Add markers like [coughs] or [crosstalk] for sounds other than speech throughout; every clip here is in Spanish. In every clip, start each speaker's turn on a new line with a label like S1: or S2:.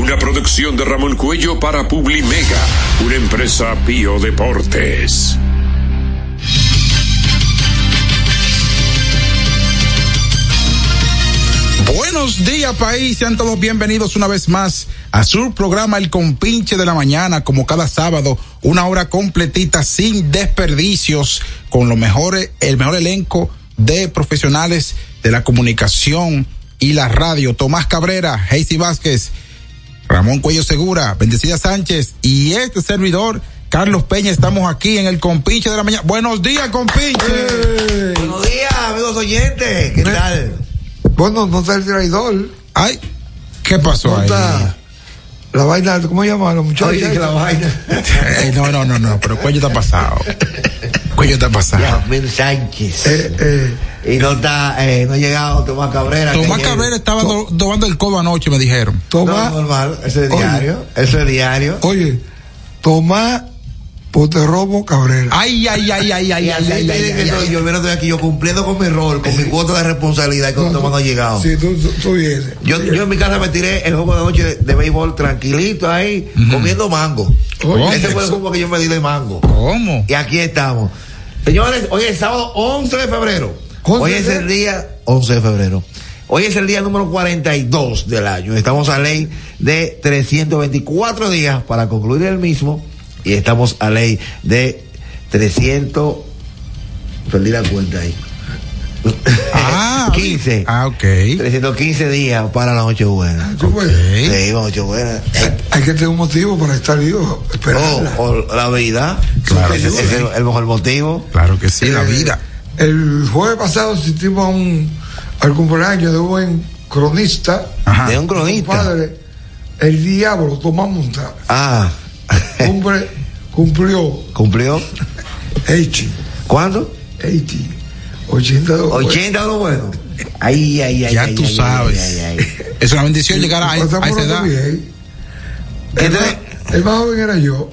S1: Una producción de Ramón Cuello para Publimega, una empresa Pío Deportes.
S2: Buenos días, país. Sean todos bienvenidos una vez más a su programa El Compinche de la Mañana, como cada sábado, una hora completita sin desperdicios, con los mejores, el mejor elenco de profesionales de la comunicación y la radio. Tomás Cabrera, Heisy Vázquez, Ramón Cuello Segura, Bendecida Sánchez y este servidor, Carlos Peña, estamos aquí en el Compinche de la Mañana. Buenos días, Compinche.
S3: Buenos días, amigos oyentes. ¿Qué tal?
S4: Bueno, no está el traidor.
S2: Ay, ¿qué pasó
S4: No
S2: ahí?
S4: está la vaina, ¿cómo llaman los muchachos?
S3: Oye, que la vaina.
S2: Eh, no, no, no, no, pero cuello está pasado. Cuello está pasado.
S3: Yasmín Sánchez.
S4: Eh, eh,
S3: Y no está, eh, no ha llegado Tomás Cabrera.
S2: Tomás
S3: que-
S2: Cabrera estaba do- dobando el codo anoche, me dijeron.
S4: Tomás,
S3: No, normal, ese es
S4: Oye.
S3: diario, ese es diario.
S4: oye, Tomás Poterrobo Cabrera.
S2: Ay, ay, ay, ay, ay, ay,
S3: Y así
S2: ay,
S3: te
S2: ay,
S3: dicen
S2: ay,
S3: que no,
S2: ay.
S3: yo mira, estoy aquí, yo cumpliendo con mi rol, con mi cuota de responsabilidad y con Tomás no ha llegado.
S4: Sí, tú, tú, tú vienes.
S3: Yo, yo en mi casa me tiré el juego de noche de, de béisbol tranquilito ahí, comiendo mango.
S2: Oye,
S3: Ese fue el
S2: eso-
S3: juego que yo me di de mango.
S2: ¿Cómo?
S3: Y aquí estamos. Señores, hoy es sábado 11 de febrero.
S4: 11
S3: Hoy
S4: de
S3: es el día 11 de febrero. Hoy es el día número 42 del año. Estamos a ley de 324 días para concluir el mismo y estamos a ley de 300 perdí la cuenta ahí.
S2: Ah,
S3: [laughs] 15.
S2: Ah, ok.
S3: 315 días para la Nochebuena.
S4: Tú ves.
S2: Ok.
S3: Sí, Nochebuena.
S4: Ah, Hay que tener un motivo para estar vivo.
S3: Oh,
S4: Esperarla.
S3: o la vida.
S2: Claro
S3: Ese
S2: que
S3: es
S2: sí.
S3: el- el mejor motivo.
S2: Claro que sí, la
S4: Eh,
S2: vida.
S4: El jueves pasado asistimos a un, al cumpleaños de un buen cronista,
S2: Ajá.
S3: De un cronista.
S4: padre, el diablo Tomás Montal.
S3: Ah.
S4: Cumple, cumplió
S3: ¿Cumplió?
S4: 80,
S3: ¿Cuándo?
S4: 80, 80
S3: 80 de lo bueno. Ay, ay, ay.
S2: Ya
S3: ay,
S2: tú
S3: ay, ay,
S2: sabes.
S3: ay, ay, ay.
S2: Es una bendición llegar a, a
S4: Pasamos
S2: esa edad.
S4: nosotros bien. El,
S3: Entonces,
S4: más, el más joven era yo.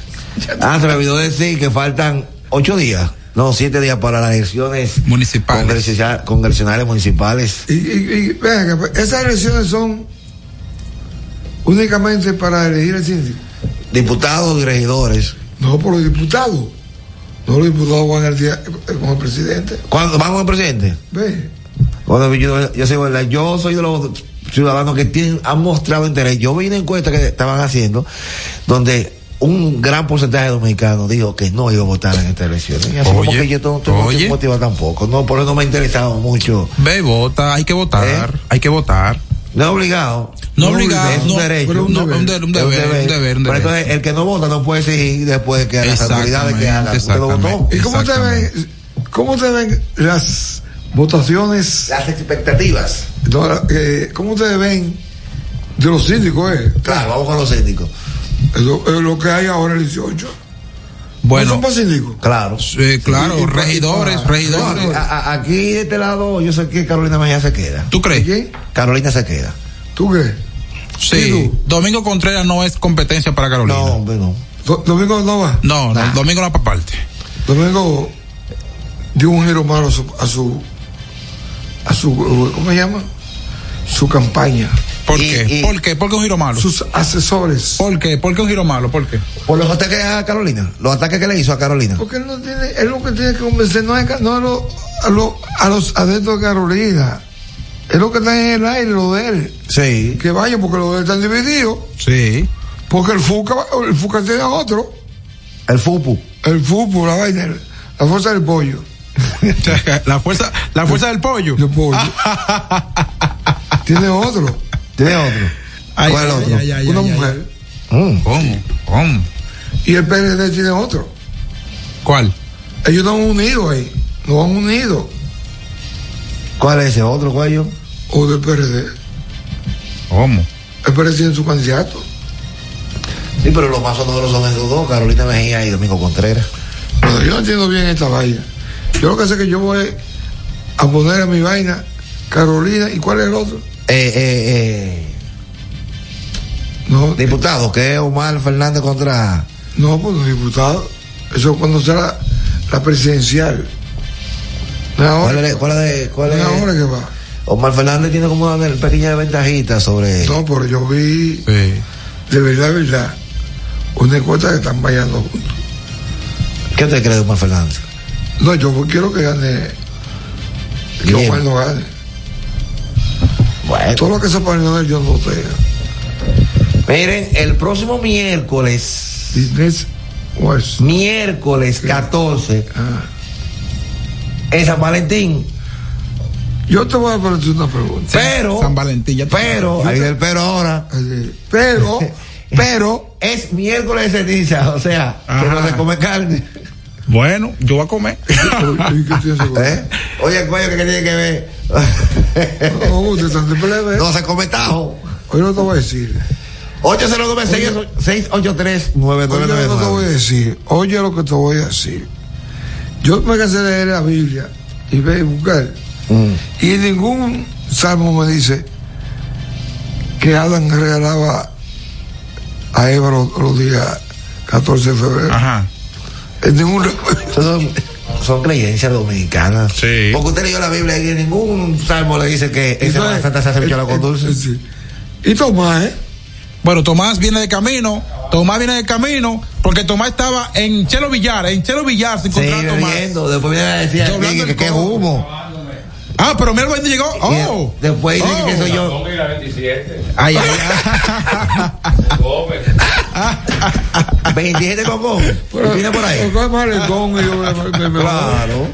S3: [laughs] ah, se me olvidó decir que faltan 8 días. No, 7 días para las elecciones
S2: Municipales.
S3: congresa- congresionales municipales.
S4: Y, y- y, vean que pues, esas elecciones son únicamente para elegir el síndico.
S3: Diputados y regidores.
S4: No por los diputados. No los diputados van al día eh, con el presidente.
S3: ¿Cuándo vamos al presidente?
S4: Ve.
S3: Bueno, yo, yo soy, ¿verdad? yo soy de los ciudadanos que tienen, han mostrado interés. Yo vi una encuesta que estaban haciendo donde un gran porcentaje de dominicanos dijo que no iba a votar en estas elecciones. Y así como
S2: Oye,
S3: que yo no estoy muy
S2: oye.
S3: motivado tampoco. No, por eso no me ha interesado mucho.
S2: Ve, vota, hay que votar,
S3: ¿Eh?
S2: hay que votar.
S3: No es obligado.
S2: No obligado,
S3: Es un
S2: no,
S3: derecho.
S2: pero un
S3: No,
S2: deber,
S3: es
S2: un deber, un deber, un
S3: Pero
S2: deber.
S3: entonces, el que no vota no puede exigir después que las
S2: Exactamente,
S3: autoridades que hagan. Usted no votó.
S2: exactamente.
S4: ¿Y cómo te,
S2: Exactamente.
S4: ven, cómo te ven las votaciones?
S3: Las expectativas.
S4: No, la- eh, ¿Cómo te ven de los síndicos? Eh?
S3: Claro, vamos con los síndicos.
S4: Lo, eh, lo que hay ahora el 18. ¿No
S2: Bueno,
S4: son para síndicos?
S3: Claro.
S2: eh, claro,
S4: Sí, y para-
S2: regidores,
S4: para-
S2: regidores.
S3: No, a- a- aquí de este lado, yo sé que Carolina Mejía se queda.
S2: ¿Tú crees?
S4: ¿Quién?
S3: Carolina se queda.
S4: ¿Tú qué? ¿Y
S2: Sí.
S4: tú?
S2: Domingo Contreras no es competencia para Carolina.
S3: No,
S2: No,
S3: hombre, no.
S4: Do- Domingo no va.
S2: no,
S3: Nah.
S2: Domingo no para parte.
S4: Domingo dio un giro malo a su a su, a su eh, ¿cómo se llama? Su campaña,
S2: ¿Por
S3: Y-
S2: qué?
S3: y-
S2: ¿Por qué? ¿Por qué un giro malo?
S4: sus asesores.
S2: ¿Por qué? ¿Por qué un giro malo? ¿Por qué?
S3: Por los ataques a Carolina, los ataques que le hizo a Carolina.
S4: Porque él no tiene, él lo que tiene que convencer no, es, no a, los, a, los, a los adentros de Carolina. Es lo que está en el aire, lo de él.
S3: Sí.
S4: Que vaya porque los de él están divididos.
S2: Sí.
S4: Porque el FUCA, el FUCA tiene a otro.
S3: El FUPU.
S4: El fútbol, la vaina, la fuerza del pollo.
S2: [laughs] la fuerza, la fuerza del pollo.
S4: Del
S2: [laughs]
S4: pollo. tiene otro.
S3: Tiene otro.
S2: Ay,
S3: ¿Cuál
S2: ay,
S3: otro?
S2: ay, ay,
S4: una
S2: ay, ay.
S4: mujer.
S3: Mm.
S2: ¿Cómo? ¿Cómo?
S4: Y el PRD tiene otro.
S2: ¿Cuál?
S4: Ellos no han unido ahí, no han unido.
S3: ¿Cuál es ese otro cuello?
S4: O del PRD.
S2: ¿Cómo?
S4: El PRD tiene su candidato.
S3: Sí, pero los más sonoros son esos dos, Carolina Mejía y Domingo Contreras.
S4: Pero yo no entiendo bien esta vaina. Yo lo que sé es que yo voy a poner a mi vaina Carolina. ¿Y cuál es el otro?
S3: Eh, eh,
S4: No,
S3: eh. Diputado, que es Omar Fernández contra.
S4: no pues los diputados. Eso cuando será la presidencial. No es
S3: ¿Cuál
S4: ahora,
S3: es? ¿Cuál es? ¿Cuál
S4: no es
S3: es?
S4: ahora que va.
S3: Omar Fernández tiene como una pequeña ventajita sobre él.
S4: No, pero yo vi, de verdad, de verdad, una encuesta que están vayando juntos.
S3: ¿Qué te cree de Omar Fernández?
S4: No, yo quiero que gane, que
S3: Guillermo.
S4: Omar no gane.
S3: Bueno.
S4: Todo lo que se pone a él, yo no sé.
S3: Miren, el próximo miércoles,
S4: Inés West.
S3: miércoles 14,
S4: Ah.
S3: en San Valentín.
S4: Yo te voy a poner una pregunta.
S3: Pero,
S2: San Valentín, ya te-
S3: pero, ahí viene el pero ahora,
S4: Así, [laughs] Pero,
S3: pero es miércoles de ceniza, o sea, que
S2: Ajá.
S3: no se come carne.
S2: Bueno, yo voy a comer.
S4: ¿y qué tiene eso?
S3: [laughs] ¿eh? Oye, coño, ¿qué tiene que ver?
S4: [laughs] No, usted está de plebe.
S3: no se come tajo.
S4: Hoy ¿eh? no te voy a decir.
S3: 809-683-9999.
S4: Oye lo que te voy a decir. Oye lo que te voy a decir. Yo me cansé de leer la Biblia y ve a buscar.
S3: Mm.
S4: Y en ningún salmo me dice que Adán regalaba a Eva los, los días 14 de febrero.
S2: Ajá.
S4: En ningún.
S3: Eso Son, son creencias dominicanas.
S2: Sí.
S3: Porque usted leyó la Biblia y en ningún salmo le dice que en Semana
S4: Entonces,
S3: Santa se hace bichuela con
S4: eh, eh,
S3: dulce.
S4: sí. Y Tomás, ¿eh?
S2: Bueno, Tomás viene de camino. Tomás viene de camino porque Tomás estaba en Chelo Villar. En Chelo Villar se
S3: Sí,
S2: encontraba Tomás.
S3: bebiendo. Después viene a decir
S2: Doblando
S3: que,
S2: el
S3: que, es
S2: codo.
S3: humo.
S2: Ah, pero mira dónde llegó.
S3: Y
S2: Oh.
S3: después dice
S2: Oh.
S3: que soy yo.
S5: Ponga la 27.
S2: Ay, ay, ay.
S5: Gómez.
S3: 27 con con. Viene por ahí.
S4: Porque es maricón y yo me- me- me-
S3: Claro.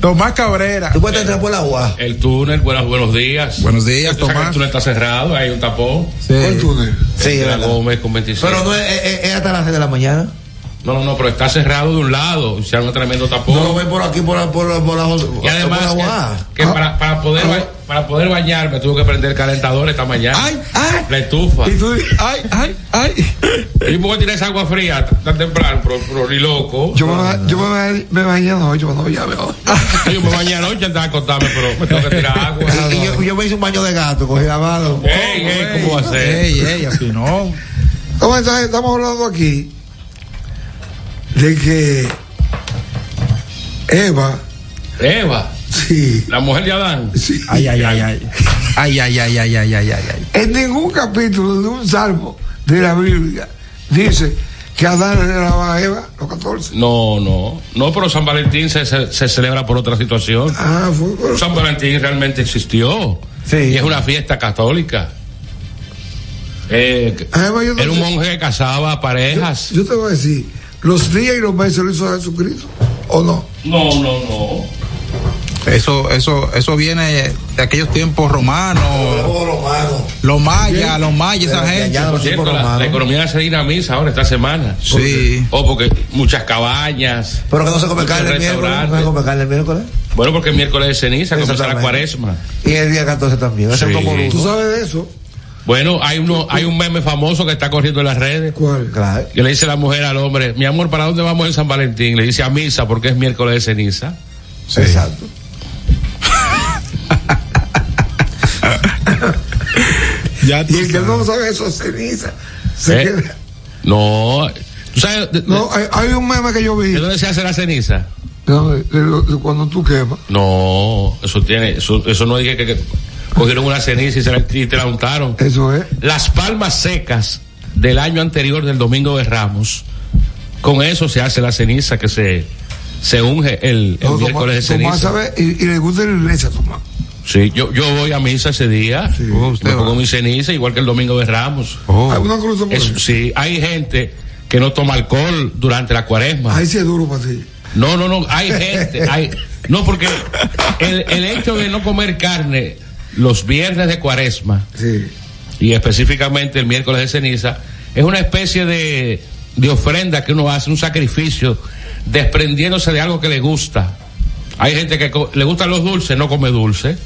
S2: Tomás Cabrera.
S3: Tú puedes entrar por el agua.
S5: El túnel, buenos, buenos días.
S2: Buenos días,
S5: O sea, que
S2: Tomás.
S5: El túnel está cerrado, hay un tapón.
S2: Sí.
S4: ¿Cuál túnel?
S3: Sí,
S5: Entra
S3: es verdad.
S5: Gómez con 27.
S3: Pero no es, es- es hasta las 6 de la mañana.
S5: no, no, no, pero está cerrado de un lado. Hicieron un tremendo tapón.
S3: No lo ven por aquí, por la por la, por la, Ah.
S5: y
S3: por la
S5: además,
S3: Guajá.
S5: que, que para, para poder, ba- para poder bañarme, tuve que prender el calentador esta mañana.
S2: Ay, ay.
S5: La estufa.
S2: Y tú, ay, ay, ay.
S5: Y porque tienes agua fría t- tan temprano, pero, pero ni loco.
S4: Yo me, yo me, me bañé anoche, cuando ya veo.
S5: Yo me bañé anoche antes de acostarme, pero me tengo que tirar
S2: [laughs]
S5: agua.
S3: Y- y yo, yo me hice un baño de gato, cogí la mano.
S5: Ey, ey, ¿cómo va a ser?
S2: Ey, ey, así no.
S4: Estamos, estamos hablando aquí de que Eva,
S5: Eva,
S4: sí,
S5: la mujer de Adán.
S4: sí,
S2: Ay, ay, ay, ay. Ay, ay, ay, ay, ay, ay, ay, ay.
S4: en ningún capítulo de un salmo de la Biblia dice que Adán regalaba a Eva los 14.
S5: No, no. No, pero San Valentín se, se- se celebra por otra situación.
S4: Ah, fue por-
S5: San Valentín realmente existió.
S3: Sí.
S5: Y es una fiesta católica. Eh,
S4: A Eva yo, te-
S5: era un monje que casaba a parejas.
S4: yo te voy a decir, los días y los meses lo hizo Jesucristo, ¿o no?
S5: No, no, no.
S2: Eso, eso, eso viene de aquellos tiempos romanos.
S3: Todo romano.
S2: Los mayas, los mayas, esa
S3: Pero de
S2: gente.
S3: allá
S5: Por
S3: Sí,
S5: cierto,
S3: por
S5: la,
S3: romano.
S5: la economía se dinamiza ahora esta semana.
S2: Sí.
S5: O porque muchas cabañas.
S3: Pero que no se come
S5: muchos
S3: carne el miércoles. No se
S5: restaurantes.
S3: come carne el miércoles.
S5: Bueno, porque el miércoles de ceniza comienza la
S3: Exactamente.
S5: cuaresma.
S3: Y el día 14 también. Va a ser
S5: Sí.
S3: como
S4: ¿Tú
S3: luto.
S4: sabes de eso?
S5: Bueno, hay uno, hay un meme famoso que está corriendo en las redes.
S4: ¿Cuál?
S3: Claro.
S5: Que le dice la mujer al hombre, mi amor, ¿para dónde vamos en San Valentín? Le dice a misa porque es miércoles de ceniza.
S3: Exacto.
S2: Ya tú
S4: Y el que
S2: sabes.
S4: no sabe eso es ceniza. Se
S5: ¿Eh?
S4: queda-
S5: No. ¿Tú sabes de, de-
S4: No, hay, hay un meme que yo vi.
S5: de dónde se hace la ceniza?
S4: de- de lo- de cuando tú quemas.
S5: No, eso tiene, eso, eso no dije que, que cogieron una ceniza y, se la, y te la untaron.
S4: Eso es.
S5: Las palmas secas del año anterior del Domingo de Ramos, con eso se hace la ceniza que se, se unge el, el
S4: No, Tomás-
S5: miércoles de
S4: Tomás
S5: ceniza.
S4: sabe y, y le gusta la iglesia, Tomás.
S5: Sí, yo, yo voy a misa ese día,
S4: Sí.
S5: yo
S2: Oh, Usted
S5: me
S2: va. Oh.
S5: pongo mi ceniza igual que el Domingo de Ramos.
S4: Hay una cruz por
S5: Eso,
S4: ahí.
S5: sí, hay gente que no toma alcohol durante la cuaresma.
S4: Ahí sí es duro para ti.
S5: No, no, no, hay gente. Hay, no, porque el, el hecho de no comer carne los viernes de cuaresma
S4: Sí.
S5: y específicamente el miércoles de ceniza es una especie de, de ofrenda que uno hace, un sacrificio, desprendiéndose de algo que le gusta. Hay gente que co- le gustan los dulces, no come dulce.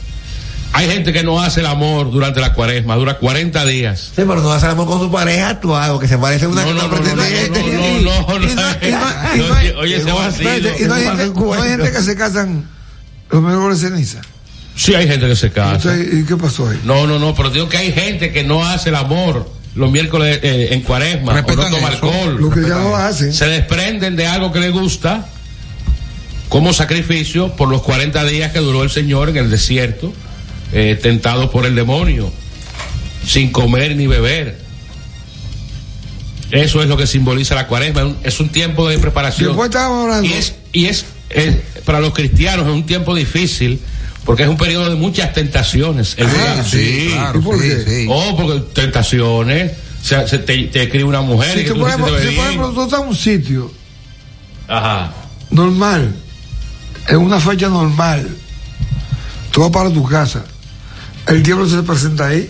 S5: Hay gente que no hace el amor durante la cuaresma, dura 40 días.
S3: Sí, pero no hace el amor con su pareja actual, que se parece a una
S5: No,
S3: que
S5: no,
S3: está
S5: no, no,
S3: pretendiente.
S5: no,
S3: [laughs]
S5: no, no,
S4: Y no- y no- y
S5: no.
S4: no hay-
S5: Oye, ese vacío.
S4: Espérate, y no hay, gente, no hay gente que se casan los mejores cenizas.
S5: Sí, hay gente que se casa.
S4: Entonces, ¿Y qué pasó ahí?
S5: No, no, no, pero digo que hay gente que no hace el amor los miércoles eh, en cuaresma, o no
S2: Respetan
S5: toma
S2: eso.
S5: alcohol.
S4: Lo que ya no lo hacen.
S5: Se desprenden de algo que les gusta como sacrificio por los 40 días que duró el Señor en el desierto, eh, tentados por el demonio, sin comer ni beber. Eso es lo que simboliza la cuaresma, es un- es un tiempo de preparación.
S4: Después estábamos hablando.
S5: Y es, y es, es- para los cristianos es un tiempo difícil porque es un periodo de muchas tentaciones. El
S2: Ah,
S5: verano.
S2: sí, claro,
S4: ¿Y por
S2: sí,
S4: qué?
S2: sí.
S5: Oh, porque tentaciones. O sea, se te, te escribe una mujer y
S4: Si,
S5: que
S4: tú,
S5: tú no
S4: por
S5: te
S4: ejemplo,
S5: ves
S4: si por
S5: bien.
S4: ejemplo tú estás en un sitio
S5: Ajá.
S4: normal, en una fecha normal, tú vas para tu casa, el diablo se presenta ahí,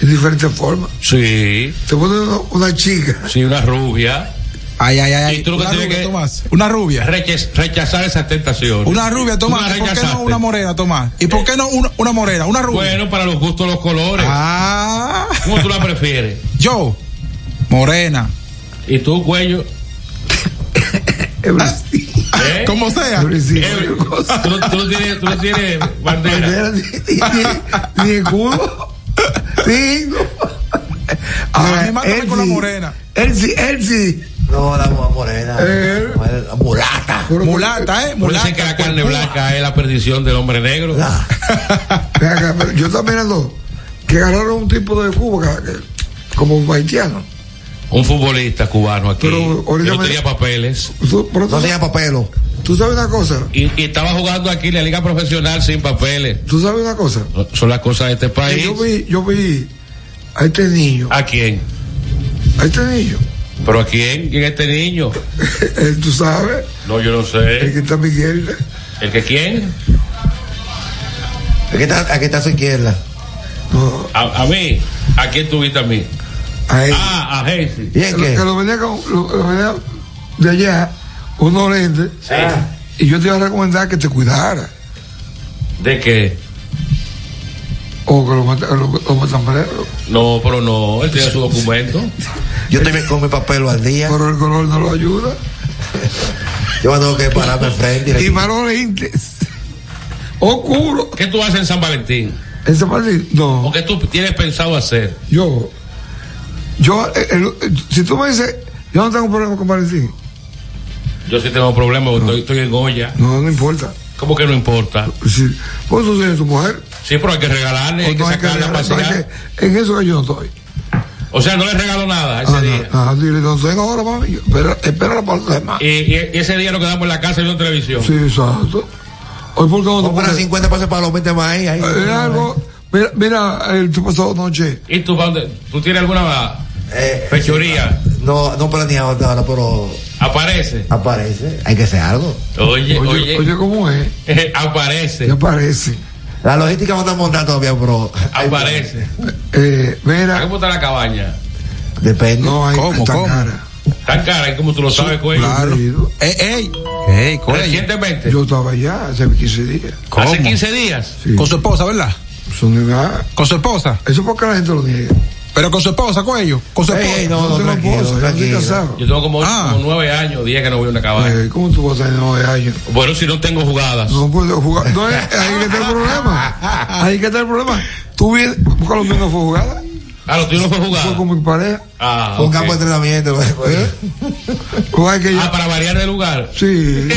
S4: en diferentes formas.
S5: Sí.
S4: Te pone una, una chica.
S5: Sí, una rubia.
S2: Ay, ay, ay.
S5: Y
S2: ay.
S5: tú lo que
S2: Una
S5: tienes
S2: rubia,
S5: que-
S2: Tomás. Una rubia.
S5: Reche- rechazar esas tentaciones.
S2: Una rubia,
S5: Tú
S2: Tomás.
S5: la
S2: ¿Y ¿Por qué no
S5: rechazaste.
S2: una morena, Tomás? ¿Y por qué no una, una morena? Una rubia.
S5: Bueno, para los gustos, los colores.
S2: Ah.
S5: ¿Cómo tú la prefieres?
S2: [laughs] Yo, morena.
S5: ¿Y tú, cuello?
S4: [coughs] Es Brasil.
S5: ¿Eh?
S2: Como sea.
S4: Es Brasil.
S5: Eh, tú, no- tú no tienes, tú no
S4: [laughs]
S5: tienes bandera.
S4: Bandera, Ni ni- ni escudo. Sí, no.
S2: a mí mátame con la morena.
S4: Él sí, él sí.
S3: No, la mu- morena.
S4: Eh.
S3: La mulata.
S4: Pero-
S2: Mulata, ¿eh?
S5: Por eso es
S2: Mulata.
S5: que la carne blanca es la perdición del hombre negro.
S3: La-
S4: Ven acá, pero yo también mirando que agarraron un tipo de Cuba que- que- como un haitiano.
S5: Un futbolista cubano aquí.
S4: Pero
S5: que
S4: ahorita
S5: no
S4: me-
S5: tenía papeles.
S4: Tú- pero tú-
S3: No se llama papelo.
S4: tú sabes una cosa,
S5: Y, y estaba jugando aquí en la liga profesional sin papeles.
S4: tú sabes una cosa.
S5: Son las cosas de este
S4: Que
S5: país.
S4: yo vi, yo vi a este niño,
S5: ¿A quién?
S4: a este niño,
S5: ¿Pero a quién? ¿Quién es este
S4: [laughs]
S5: niño?
S4: el, tú sabes,
S5: No, yo no
S4: el
S5: sé.
S4: que está a mi izquierda,
S5: ¿El que quién?
S3: Aquí está, aquí está a su izquierda.
S4: no,
S5: A, a mí. ¿A quién tuviste a mí?
S4: a él.
S5: Ah, a Henry.
S3: ¿Y
S4: Que
S3: en
S4: lo-
S3: qué?
S4: que lo venía con, lo, lo venía de allá, unos lentes, y yo te iba a recomendar que te cuidara,
S5: ¿De qué?
S4: o que lo mata- lo- lo matan preso.
S5: No, pero no. Él tiene su documento.
S4: [laughs]
S3: Yo también con mi papelo al día.
S4: pero el color no lo ayuda.
S3: Yo me tengo que pararme al frente. y
S4: Y
S3: le-
S4: malos lentes, oscuro.
S5: ¿Qué tú haces en San Valentín?
S4: Ese partido, no.
S5: ¿O qué tú tienes pensado hacer?
S4: Yo, yo, eh, el- eh, si tú me dices, yo no tengo problema con Valentín,
S5: Yo sí tengo problemas. Estoy, estoy en olla.
S4: no, no importa.
S5: ¿Cómo que no importa?
S4: Si, vos tú tienes tu mujer,
S5: Sí, pero hay que regalarle, Ah, hay
S4: o
S5: que
S4: no hay
S5: sacarle a
S4: regalar, no hay
S5: pasear.
S4: que- en eso que yo no estoy.
S5: O sea, no le regaló nada ese
S4: Ah,
S5: día.
S4: no, ah, dile, no tengo ahora, mami, yo- espera, espera la parte de más.
S5: Y, y- y ese día nos quedamos en la casa y viendo televisión.
S4: Sí, exacto. Hoy por qué no te
S3: Compra
S4: pones-
S3: 50 pesos para los 20 más ahí. ahí.
S4: eh, algo, mira, mira, eh, tú pasado noche,
S5: ¿Y tú, pa' dónde? ¿Tú tienes alguna
S3: Eh,
S5: fechoría?
S3: No, no planeado hasta ahora, pero
S5: Aparece.
S3: aparece. Hay que hacer algo.
S5: Oye,
S4: oye,
S5: oye,
S4: oye, cómo es,
S5: [laughs] aparece.
S4: ya aparece.
S3: La logística no está montada todavía, pero. hay-
S5: Aparece.
S4: Eh,
S5: ¿A
S4: mira,
S5: cómo está la cabaña?
S3: Depende.
S4: no hay
S2: ¿Cómo,
S4: tan
S2: cómo?
S4: cara.
S5: Tan cara, y como tú lo sabes, cuello.
S4: Claro.
S2: Ey, ey. Ey, coño.
S5: Recientemente,
S4: Yo estaba allá hace 15 días.
S2: ¿Cómo?
S5: hace 15 días.
S4: Sí.
S2: Con su esposa, ¿verdad?
S4: Eso no es nada.
S2: Con su esposa.
S4: Eso porque la gente lo niega.
S2: Pero con su esposa, cuello. Con su
S3: Ey,
S2: esposa.
S3: ey, no, no,
S4: tengo
S3: tranquilo,
S4: esposa, yo no estoy
S3: tranquilo.
S4: casado.
S5: Yo tengo como,
S2: Ah.
S5: como 9 años, 10 que no voy a una cabaña.
S4: Eh, ¿Cómo tú vas a tener nueve años?
S5: Bueno, si no tengo jugadas. [laughs]
S4: No puedo jugar. No, eh, ahí que está el problema. Ahí que está el problema. Tú vienes, porque lo mío no fue jugada.
S5: Ah, lo tuyo no fue jugada.
S4: Fue con mi pareja.
S5: Ah,
S3: Un
S5: ok.
S3: campo de entrenamiento. pues,
S4: ¿eh? O hay que
S5: Ah,
S4: yo.
S5: para variar de lugar.
S2: [laughs]
S4: Sí.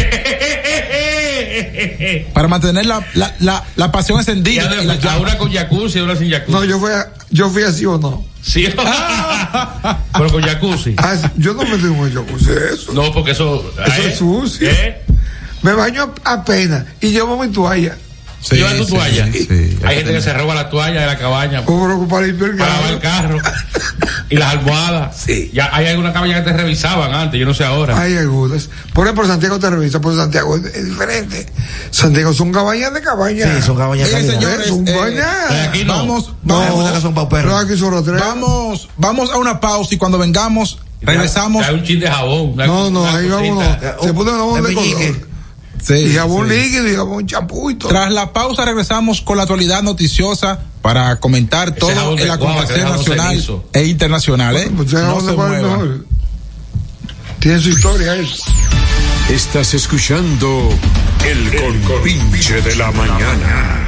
S2: Para mantener la, la, la, la pasión
S5: Ya
S2: encendida.
S5: de-
S2: Y la
S5: a una con jacuzzi y una sin jacuzzi.
S4: No, yo fui, a- yo fui así o no.
S5: Sí.
S2: Ah,
S5: Pero con jacuzzi.
S4: pues. Ah, sí, yo no me tengo yo puse eso.
S5: No, porque eso.
S4: Eso es sucio.
S5: ¿Eh?
S4: Me baño apenas y llevo mi toalla.
S2: Sí,
S5: Lleva tu
S2: sí,
S5: toalla.
S2: sí, sí.
S5: Hay gente que se roba la toalla de la cabaña
S4: ¿Cómo lo para limpiar el
S5: para lavar
S4: carro.
S5: el
S4: [laughs]
S5: carro y las almohadas.
S4: Sí.
S5: Ya hay alguna cabaña que te revisaban antes, yo no sé ahora.
S4: Hay algunas. Por ejemplo, Santiago te revisa, por Santiago es, es diferente. Santiago son cabañas de cabañas.
S3: Sí, son cabañas
S2: Miren,
S3: calidad.
S2: señores,
S4: Son
S2: eh,
S4: cabañas.
S5: eh, aquí no.
S2: Vamos,
S3: No, hay
S2: vamos.
S3: una que son pa'
S4: Pero
S3: perros.
S4: aquí son los tres.
S2: Vamos, vamos a una pausa y cuando vengamos, regresamos.
S5: Hay un chin de jabón. una-
S4: No, no,
S5: una
S4: ahí va
S5: cosita.
S4: uno. Se puso jabón
S3: El
S4: de
S3: meñique.
S4: color.
S2: Sí,
S4: Y jabón
S2: sí.
S4: líquido y jabón champú y todo.
S2: Tras la pausa regresamos con la actualidad noticiosa para comentar todo
S5: jabón
S2: el
S5: de guava que
S2: acontecer
S5: dejaron
S2: nacional
S5: cenizo.
S2: e internacional. ¿eh?
S4: Pues, ¿sabes
S2: No
S4: dónde
S2: se
S4: cuál es
S2: muevan.
S4: mejor? Tiene su historia eso.
S1: Estás escuchando El Compinche de la Mañana.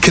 S6: Que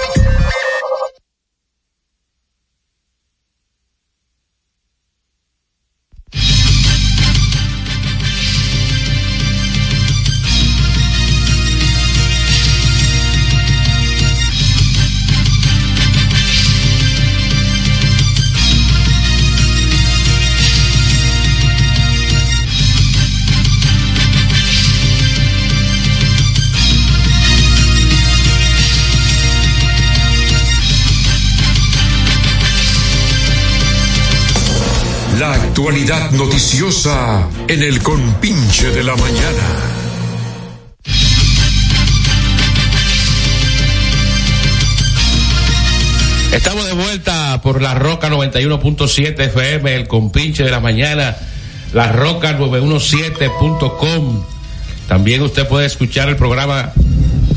S1: actualidad noticiosa en el compinche de la mañana.
S5: Estamos de vuelta por la Roca 91.7 FM, el compinche de la mañana, la Roca 917.com. También usted puede escuchar el programa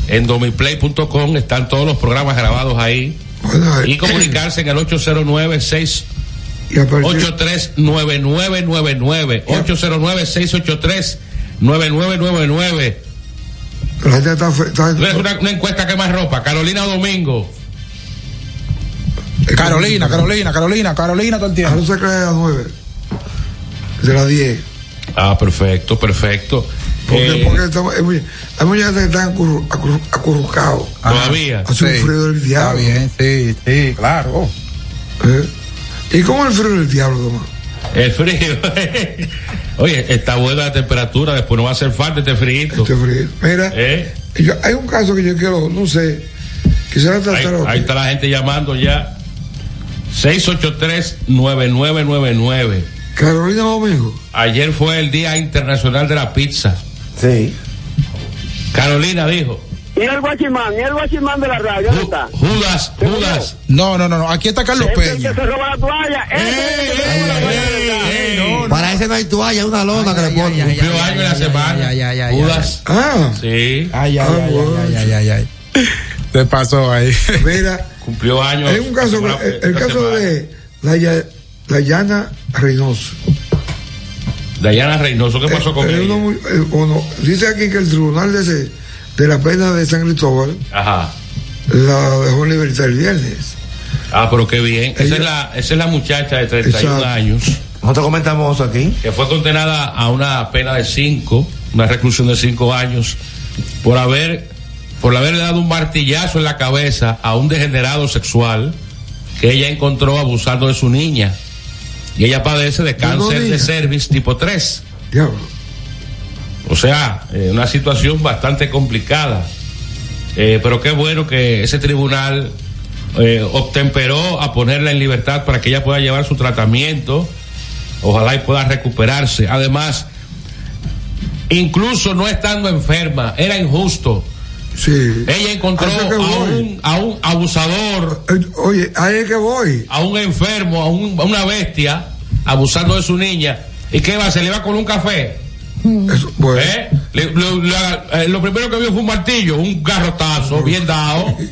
S5: en domiplay.com, están todos los programas grabados ahí. Bueno, y comunicarse en el 809 6 839-9999. 809-683-9999. Es una, una, encuesta que más ropa. Carolina Domingo.
S2: Carolina, Carolina, Carolina, Carolina todo el tiempo.
S4: No se cree a 9. De las 10.
S5: Ah, perfecto, perfecto.
S4: Porque, eh, porque estamos, hay, mucha, gente que está acurrucado.
S5: Todavía.
S4: Ha sufrido sí, el diablo.
S2: Está bien, sí, sí, claro.
S4: ¿Eh? ¿Y cómo el frío del diablo, Tomás?
S5: El frío. [laughs] Oye, está buena la temperatura, después no va a hacer falta este frío.
S4: Este frío. Mira, ¿Eh? yo, hay un caso que yo quiero, no sé, quisiera tratar.
S5: Ahí, ahí está la gente llamando ya. 683-9999.
S4: Carolina Domingo.
S5: Ayer fue el Día Internacional de la Pizza.
S3: Sí.
S5: Carolina dijo.
S7: Mira el guachimán, mira el guachimán de la radio, ¿dónde está?
S5: Judas, Judas.
S2: No, no, no, no, aquí está Carlos Peña.
S7: El que se roba la toalla,
S3: no, Para ese no hay toalla, una lona que le ponen.
S5: Cumplió año en la semana. Judas.
S4: Ah.
S5: Sí.
S2: Ay, ay, ay, ay, ay, ay. Te pasó ahí.
S4: Mira.
S5: Cumplió año.
S4: Hay un caso, el, caso de Dayana Reynoso. Eh,
S5: Dayana Reynoso, ¿qué pasó con ella?
S4: dice aquí que el tribunal de ese de la pena de San Cristóbal,
S5: Ajá.
S4: la dejó en libertad el viernes.
S5: Ah, pero qué bien. Esa es, la, esa es la muchacha de 31
S4: Exacto.
S5: años
S3: Nosotros comentamos aquí.
S5: que fue condenada a una pena de 5, una reclusión de 5 años, por haber por haberle dado un martillazo en la cabeza a un degenerado sexual que ella encontró abusando de su niña. Y ella padece de cáncer de
S4: niña.
S5: cervix tipo 3.
S4: Diablo.
S5: O sea, eh, una situación bastante complicada. Eh, pero qué bueno que ese tribunal eh, obtemperó a ponerla en libertad para que ella pueda llevar su tratamiento. Ojalá y pueda recuperarse. Además, incluso no estando enferma, era injusto.
S4: Sí.
S5: Ella encontró
S4: Así que
S5: a
S4: voy.
S5: un, a un abusador,
S4: Eh, Oye, ahí es que voy.
S5: a un enfermo, a, un- a una bestia, abusando de su niña. ¿Y qué va? ¿Se le va con un café?
S4: Eso, bueno,
S5: ¿Eh? Le- lo, la- eh, lo primero que vio fue un martillo, un garrotazo bien dado.
S4: Pues,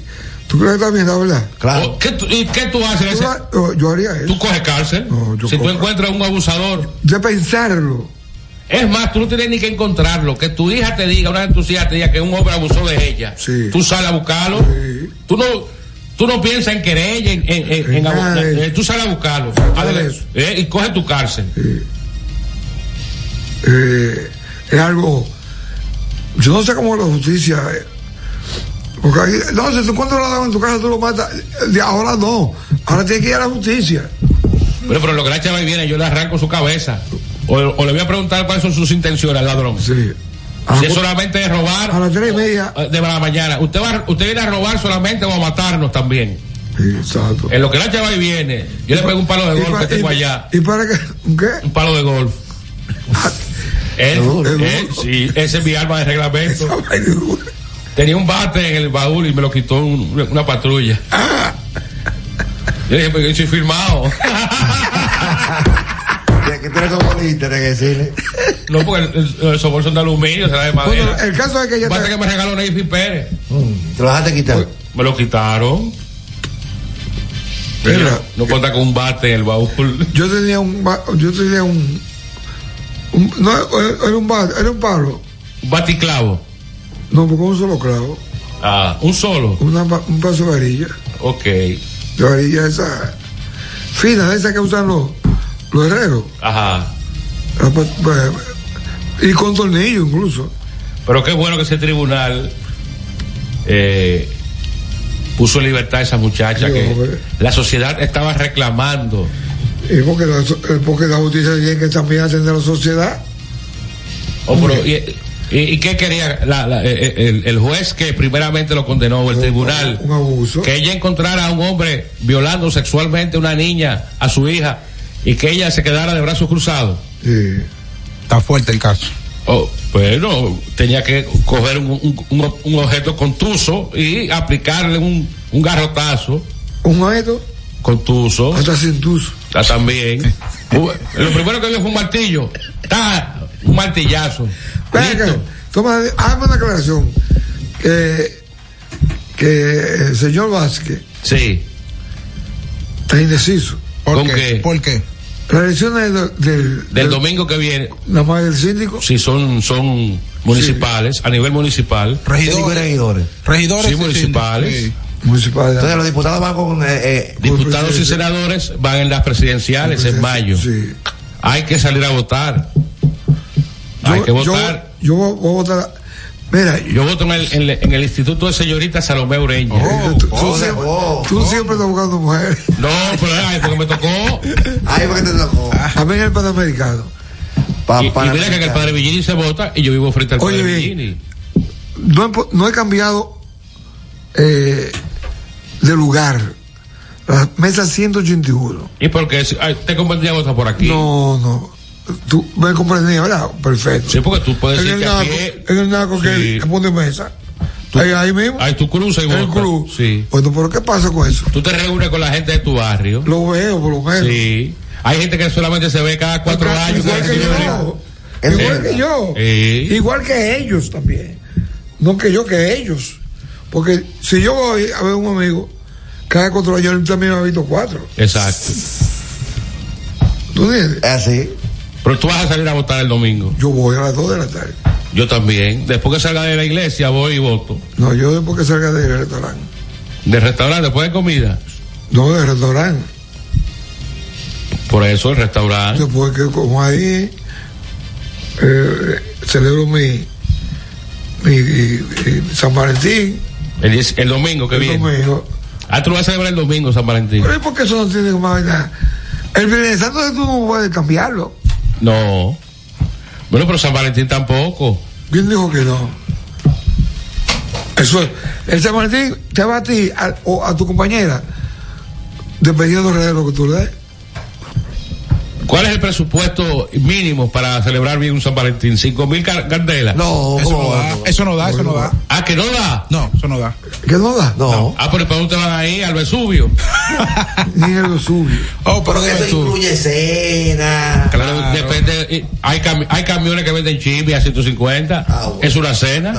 S4: tú crees que también, ¿verdad?
S5: O- Oh, ¿Qué, tú- ¿Y qué tú haces? en
S4: Tú
S5: ese-
S4: ha- oh, yo- yo haría eso.
S5: Tú coges cárcel.
S4: No, yo
S5: si tú
S4: cojo-
S5: encuentras un abusador.
S4: De pensarlo.
S5: Es más, tú no tienes ni que encontrarlo. Que tu hija te diga, una de tus hijas te diga que un hombre abusó de ella.
S4: Sí.
S5: Tú sales a buscarlo. Tú no. Tú no piensas en querella, en, en- en- en abu-
S4: nada de eso.
S5: eh, tú sales a buscarlo.
S4: nada de
S5: Adele-
S4: eso.
S5: eh, y coge tu cárcel.
S4: eh, es algo. Yo no sé cómo la justicia. eh, porque aquí, no, si tú encuentras un ladrón en tu casa, tú lo matas. Eh, De ahora no. Ahora tiene que ir a la justicia.
S5: Pero, pero lo que la chava viene, yo le arranco su cabeza. O, o le voy a preguntar cuáles son sus intenciones al ladrón.
S4: Sí. A,
S5: Si es
S4: las cu-
S5: solamente de robar.
S4: a las tres y media.
S5: eh, de la mañana. Usted va, usted viene a robar solamente o a matarnos también.
S4: Sí, exacto.
S5: En lo que la chava ahí viene, yo le pego un palo de golf que
S4: para-
S5: tengo allá.
S4: y para que. ¿Qué? Ah,
S5: Un palo de golf. Él, él, Eh, sí, ese es mi arma de reglamento. Tenía un bate en el baúl y me lo quitó un- una patrulla.
S3: Ah.
S5: Yo dije, pero yo soy firmado.
S3: Que- que tiene como un interés en decirle.
S5: No, porque el- el- esos bolsos de aluminio, será de madera.
S4: Bueno, el caso es que ella
S5: Basta
S4: te-
S5: que me regaló Neyfi Pérez.
S3: Mm, Te lo dejaste quitar.
S5: Pues, Me lo quitaron.
S4: Mira.
S5: Mira, no cuenta con un bate en el baúl.
S4: Yo tenía un. ba- Yo tenía un. un- no, era un, ba- era un palo.
S5: Un baticlavo.
S4: No, con un solo clavo.
S5: Ah, un solo.
S4: Una, ba- un paso de varilla.
S5: Ok.
S4: De varilla esa. Fina, de esa que usan los, los herreros.
S5: Ajá.
S4: Ah, pues, pues, Y con tornillo incluso.
S5: Pero qué bueno que ese tribunal eh, puso en libertad a esa muchacha
S4: Sí,
S5: que
S4: hombre.
S5: la sociedad estaba reclamando.
S4: Y porque la, so- eh, porque la justicia tiene que también atender a la sociedad.
S5: Oh, pero, y, y- y qué quería la- la- eh, eh, el, el juez que primeramente lo condenó, el tribunal?
S4: Un abuso.
S5: Que ella encontrara a un hombre violando sexualmente a una niña, a su hija, y que ella se quedara de brazos cruzados.
S4: Sí.
S2: Está fuerte el caso.
S5: Oh, bueno, tenía que coger un, un- un- un objeto contuso y aplicarle un, un garrotazo
S4: Un maestro
S5: contuso.
S4: hasta sin tuzo.
S5: Ah,
S4: [laughs]
S5: también. Hubo- Lo primero que vio fue un martillo. Ta, un martillazo.
S4: Ven acá,
S5: Listo.
S4: toma, hazme una aclaración. Que, que el señor Vázquez
S5: Sí.
S4: está indeciso.
S2: ¿Por
S5: ¿Con
S2: qué?
S5: qué?
S2: ¿Por qué?
S4: Las elecciones del, del,
S5: Del domingo que viene,
S4: nada más del síndico.
S5: si son, son municipales, a nivel municipal.
S3: Síndico y
S2: Regidores.
S3: regidores.
S2: Regidores.
S5: Sí,
S2: y síndico.
S5: municipales.
S2: Sí.
S4: Municipal.
S3: Entonces los diputados van con. eh, eh,
S5: Diputados y
S4: presidente.
S5: senadores van en las presidenciales en mayo.
S4: Pues, Sí.
S5: Hay que salir a votar. Hay que votar.
S4: Yo, yo voy a votar. Mira,
S5: Yo, voto en el, en el- en el Instituto de Señorita Salomé Ureña.
S4: tú, tú
S3: oh,
S4: siempre,
S3: oh,
S4: tú siempre estás buscando mujeres.
S5: No, pero ay, porque me tocó.
S3: Ay, porque te tocó.
S4: A mí en el Panamericano.
S3: Pa-
S5: Y, y
S3: para-
S5: mira que el padre Villini se vota y yo vivo frente al
S4: Oye,
S5: padre
S4: bien.
S5: Villini.
S4: No he, po- no he cambiado eh, de lugar. La mesa 181.
S5: ¿Y porque Te convendría votar por aquí.
S4: No, no. Tú me comprendí, ¿verdad? Perfecto.
S5: Sí, porque tú puedes
S4: en
S5: decir
S4: el
S5: que
S4: naco,
S5: aquí
S4: en el naco
S5: Sí.
S4: que, que pone mesa. Ahí, ahí mismo.
S5: Ahí tú cruzas y
S4: en el
S5: votas.
S4: club.
S5: Sí.
S4: Bueno, pero ¿qué pasa con eso?
S5: Tú te reúnes con la gente de tu barrio.
S4: Lo veo, por lo menos.
S5: Sí. Hay gente que solamente se ve cada cuatro años.
S4: Igual
S5: cada
S4: que
S5: señores.
S4: yo. Igual
S5: Sí.
S4: que yo.
S5: Sí.
S4: Igual que ellos también. No que yo, que ellos. Porque si yo voy a ver un amigo, cada cuatro años él también me ha visto cuatro.
S5: Exacto.
S4: ¿Tú entiendes?
S3: Así.
S5: Pero tú vas a salir a votar el domingo.
S4: Yo voy a las dos de la tarde.
S5: Yo también. Después que salga de la iglesia, voy y voto.
S4: No, yo después que salga del restaurante.
S5: ¿De restaurante, después de comida?
S4: No, del restaurante.
S5: Por eso el restaurante.
S4: Después que como ahí eh, celebro mi, mi, mi eh, San Valentín.
S5: El, diez- el domingo que viene.
S4: domingo.
S5: Ah, tú lo vas a celebrar el domingo, San Valentín.
S4: Pero es porque eso no tiene más nada. El Viernes Santo tú no puedes cambiarlo.
S5: No. Bueno, pero San Valentín tampoco.
S4: ¿Quién dijo que no? Eso es. El San Valentín te va a ti a- o a tu compañera, dependiendo del regalo que tú le des.
S5: ¿Cuál es el presupuesto mínimo para celebrar bien un San Valentín? ¿Cinco mil car- candelas?
S3: No,
S2: Eso no da, eso no da, eso no da.
S5: Ah, que no da.
S2: No, eso no da.
S4: ¿Qué no da? No.
S5: Ah, pero ¿para dónde van ahí? Al Vesubio.
S4: [laughs] Ni el suyo.
S2: Oh, pero
S3: Porque eso incluye cena.
S5: Claro, depende. eh, Hay, cami- hay camiones que venden chibi a 150.
S3: Ah,
S5: Es una cena.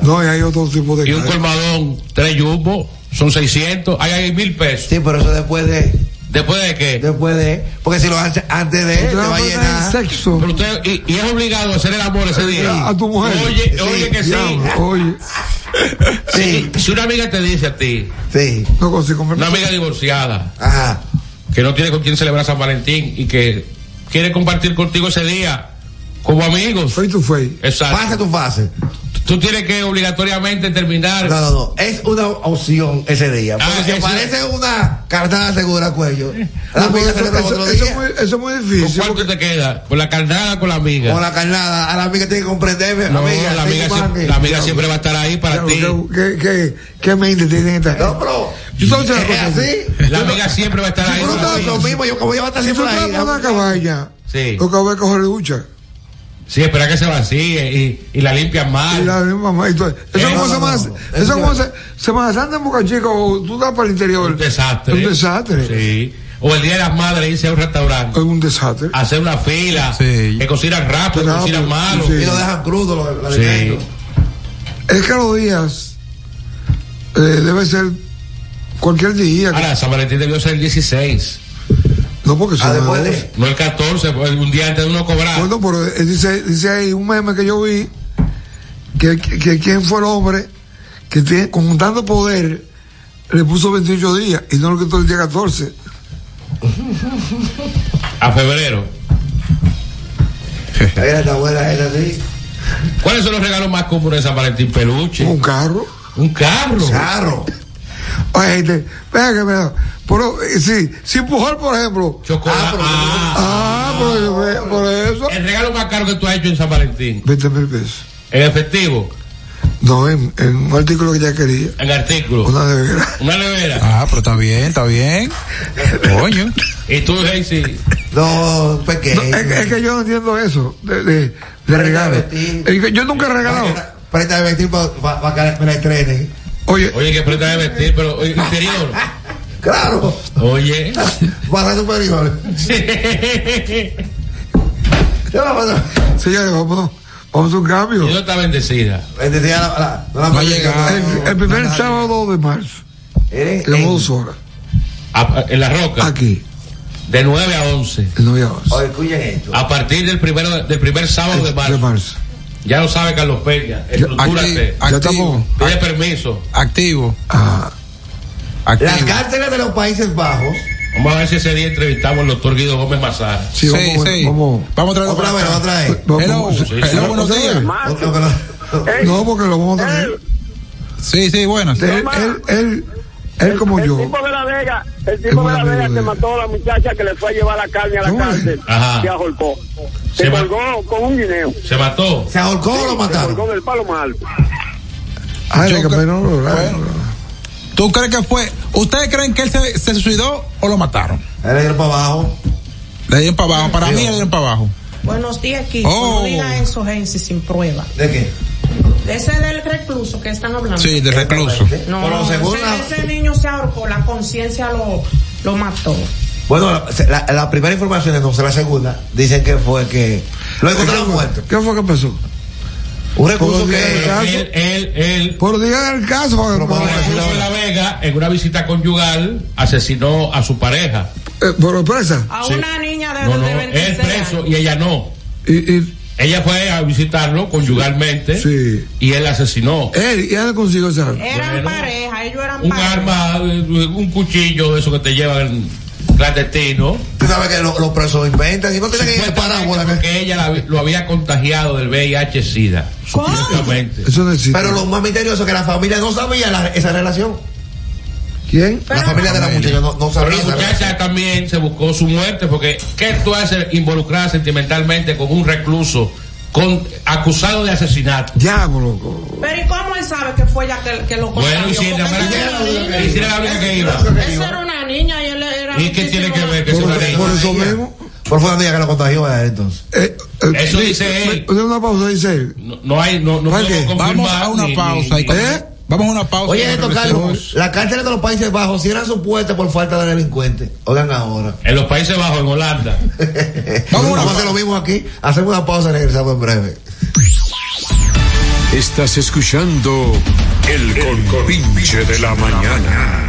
S4: No, y hay otro tipo de
S5: Y un
S4: carne.
S5: colmadón, tres yumbos, son 600. Ahí hay mil pesos.
S3: Sí, pero eso después de.
S5: ¿Después de qué?
S3: Después de. Porque si lo haces antes de. Te
S4: Te
S3: va a
S4: vas a poner
S3: llenar.
S4: sexo.
S5: Pero usted, y, y es obligado a hacer el amor ese día.
S4: A tu mujer.
S5: Oye, oye que sí. Ah,
S4: Diablo, Oye,
S5: Sí, Si una amiga te dice a ti,
S3: Sí.
S4: no consigo comer.
S5: una amiga divorciada,
S3: Ajá.
S5: que no tiene con quién celebrar San Valentín y que quiere compartir contigo ese día como amigos.
S4: Soy tu fe.
S5: Exacto.
S3: Pasa tu fase.
S5: Tú tienes que obligatoriamente terminar.
S3: No, no, no. Es una opción ese día. Porque
S5: Ah,
S3: si
S5: eso-
S3: aparece una cartada segura cuello. La
S4: No, porque
S3: amiga se
S4: Ah, pues eso,
S3: le va
S4: eso-
S3: otro
S4: eso es
S3: día.
S4: muy, eso es muy
S5: ¿Con
S4: difícil.
S5: cuánto te queda? ¿Con la carnada o con la amiga?
S3: Con la carnada.
S4: Ah,
S3: A la amiga tiene que comprenderme.
S5: No,
S3: amiga,
S5: la amiga,
S3: sí,
S5: siempre,
S3: mangue.
S5: la amiga
S3: No,
S5: siempre va a estar ahí para
S4: Claro,
S5: ti.
S4: ¿Qué, qué, qué, qué mente tiene esta gente?
S3: No, pero.
S4: Yo solo sé una
S3: Es
S4: cosa.
S3: así.
S5: La amiga siempre va a estar
S3: Si
S5: ahí
S3: tú no
S5: para
S3: estás
S5: ti.
S3: lo mismo, yo como yo voy a estar
S4: Si tú
S3: siempre
S4: te vas a
S3: ahí.
S4: poner una cabaña,
S5: Sí.
S4: lo que voy a coger ducha.
S5: Sí, espera que se vacíe y, y la limpian
S4: Y la
S5: mal.
S4: misma ma- y todo. Eso
S3: Eh,
S4: es como
S3: no, no,
S4: Semana-
S3: no, no.
S4: eso es como se- Semana Santa en Boca Chica o tú estás para el interior.
S5: Un desastre.
S4: Un desastre.
S5: Sí. O el día de las madres irse a un restaurante.
S4: Es un desastre.
S5: Hacer una fila.
S2: Sí.
S5: Que cocinan rápido, que
S4: Rápido,
S5: cocinan malo.
S4: sí.
S3: Y lo dejan crudo. Lo, lo
S5: Sí.
S3: alimentos.
S4: Es que los días eh, debe ser cualquier día. que-
S5: Ahora, San Valentín debió ser el 16.
S4: no porque
S3: Ah,
S4: son
S3: después
S4: dos.
S3: de.
S5: No el 14, pues, un día antes de uno cobrar.
S4: Bueno, pero eh, dice, dice ahí un meme que yo vi que, que, que quién fue el hombre que tiene, con tanto poder le puso 28 días y no lo que todo el día 14.
S5: A febrero.
S3: La vida está buena, es así.
S5: ¿Cuáles son los regalos más comunes de San Valentín? Peluche.
S4: Un carro.
S5: Un carro.
S3: Carro.
S4: Oye, gente, venga que me da. Pero eh, sí, si empujar, por ejemplo.
S5: Chocolate.
S4: Ah, por, eh, por eso.
S5: El regalo más caro que tú has hecho en San Valentín.
S4: 20 mil pesos.
S5: En efectivo.
S4: No, en, en un artículo que ya quería.
S5: En artículo.
S4: Una nevera.
S5: Una nevera.
S2: Ah, pero está bien, está bien. Coño.
S5: Y tú, Jaycee.
S3: No, pequeño.
S4: No, es, que- es que yo no entiendo eso de, de, de regalos.
S3: vestir.
S4: Es que Yo nunca he regalado.
S3: Presta de vestir para que me la estrenen.
S4: Oye,
S5: Oye, que prenda de vestir, pero oye, interior.
S3: Claro. [laughs]
S5: Oye.
S3: Barra superior. Yo la paso.
S4: señores, vamos, vamos a un cambio.
S5: Dios está bendecida.
S3: Bendecida la- la- no la
S2: No ha
S3: paso.
S2: llegado.
S4: El, el primer sábado de marzo,
S3: Eres en-
S4: tenemos dos horas.
S5: A- en la roca.
S4: Aquí,
S5: De 9 a 11.
S4: el 9 de marzo.
S3: Oye, escuchen esto.
S5: A partir del primero del primer sábado de
S4: De
S5: marzo.
S4: marzo.
S5: Ya lo sabe Carlos Peña. Estructúrate.
S4: Ya estamos.
S2: Activo.
S5: Pide permiso.
S2: Activo.
S4: Ah,
S3: Las
S2: Activo.
S3: cárceles de los Países Bajos.
S5: Vamos a ver si ese día entrevistamos al doctor Guido Gómez Mazar.
S4: sí,
S2: sí,
S4: vamos,
S2: sí.
S4: vamos.
S2: Vamos a traerlo
S3: Otra
S2: para
S3: vez,
S2: acá.
S3: otra vez.
S4: vamos-
S2: Hello,
S4: sí,
S2: hello,
S4: sí.
S2: buenos
S4: Otra
S2: días.
S4: vez.
S3: No,
S7: Marco.
S3: no, no.
S7: Ey,
S4: No, porque lo vamos a tener.
S7: el,
S2: Sí, sí, bueno.
S4: Él, él, él, él como
S7: el
S4: yo.
S7: tipo de la Vega, el
S4: Es
S7: tipo de
S4: buen
S7: la
S4: amigo
S7: Vega
S4: de
S7: que
S4: él.
S7: mató a la muchacha que le fue a llevar la carne a la
S4: No,
S7: cárcel.
S5: Ajá.
S7: Se ahorcó.
S5: Se
S7: Se
S5: ma-
S7: colgó con un guineo.
S5: Se mató.
S3: ¿Se ahorcó o lo
S7: Se
S3: mataron?
S7: colgó del palo más alto.
S4: Ay,
S2: Yo
S4: Ah, que pues
S2: cre-
S4: menos lo lograron.
S2: Bueno. ¿Tú crees que fue? ¿Ustedes creen que él se, se suicidó o lo mataron?
S3: Él le dio para abajo.
S2: Le dieron para abajo. Para mí le dieron para abajo.
S8: Buenos días, Kiko.
S2: Oh.
S8: No diga eso, Gensi, sin prueba.
S3: ¿De qué?
S8: Ese del recluso que están hablando.
S2: Sí, de recluso.
S8: No,
S3: Pero según
S8: ese,
S3: la-
S8: ese niño se ahorcó, la conciencia lo, lo mató.
S3: Bueno, la, la- la primera información, entonces la segunda, dicen que fue que lo encontraron muerto.
S4: ¿Qué fue que pasó?
S3: Un recurso
S4: Por
S3: que.
S4: Dios.
S5: Él, él, él.
S4: Por digan el caso. para-
S3: Pero
S5: Por
S4: para-
S5: el recluso de la Vega, en una visita conyugal, asesinó a su pareja.
S4: eh, por presa.
S8: A
S5: Sí.
S8: una niña de,
S5: No, no,
S8: de
S5: él
S8: 26
S5: preso
S8: años.
S5: y ella no.
S4: Y, y,
S5: Ella fue a visitarlo conyugalmente y él la asesinó.
S4: Él, ¿y él consiguió esa arma?
S8: Eran pareja, ellos eran
S5: Un
S8: pareja.
S5: arma, eh, un cuchillo, eso que te llevan clandestino.
S3: Tú sabes que lo- los presos inventan y no tienen que ir a parábola.
S5: Porque ella la- lo había contagiado del VIH-Sida. Supuestamente.
S4: Eso no existe.
S3: Pero lo más misterioso es que la familia no sabía la- esa relación.
S4: ¿Quién?
S3: La familia de la muchacha no, no
S5: Pero
S3: sabía.
S5: la
S3: esa relación.
S5: muchacha también se buscó su muerte porque ¿qué tú haces involucrada sentimentalmente con un recluso con acusado de asesinato?
S4: Diablo.
S8: Pero ¿y cómo él sabe que fue ella que, que lo
S5: Bueno, y si
S8: contagió?
S5: era la
S8: Porque esa era una
S5: única- y si era la única que iba.
S8: niña. Esa era una niña y él era
S5: ¿Y qué tiene que ver que
S3: Por,
S5: sea una
S3: por
S5: niña?
S3: eso mismo. Por fue la niña que lo contagió a él, entonces.
S2: Eh,
S5: Eso dice él.
S4: una pausa, dice él.
S5: No, no hay, no, no
S2: ¿Para
S5: puedo
S2: qué?
S5: confirmar
S2: Vamos a una
S5: ni-
S2: pausa.
S5: ni-
S2: y- Vamos a una pausa. y
S3: ¿Eh? Oye, esto, Carlos,
S2: regresemos.
S3: las cárceles de los Países Bajos cierran su puerta por falta de delincuentes. Oigan ahora. Eh,
S5: En los Países Bajos, en Holanda.
S3: Vamos a hacer lo mismo aquí. Hacemos una pausa y regresamos en breve.
S1: Estás escuchando El Compinche de la Mañana.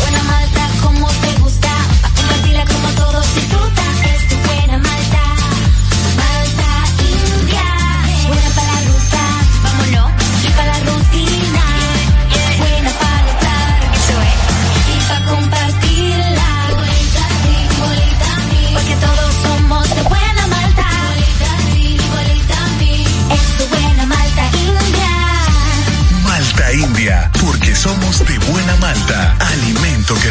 S9: buena malta como te gusta, pa' compartirla como todos disfrutan. Es tu buena malta, malta india. Buena para la ruta, vámonos, y para la rutina. Buena para notar, eso es. Y para compartirla. Igualita a ti, igualita a mí. Porque todos somos de buena malta. Igualita a ti, igualita a mí. Es tu buena malta india.
S6: Malta India, porque somos de buena malta, alimento que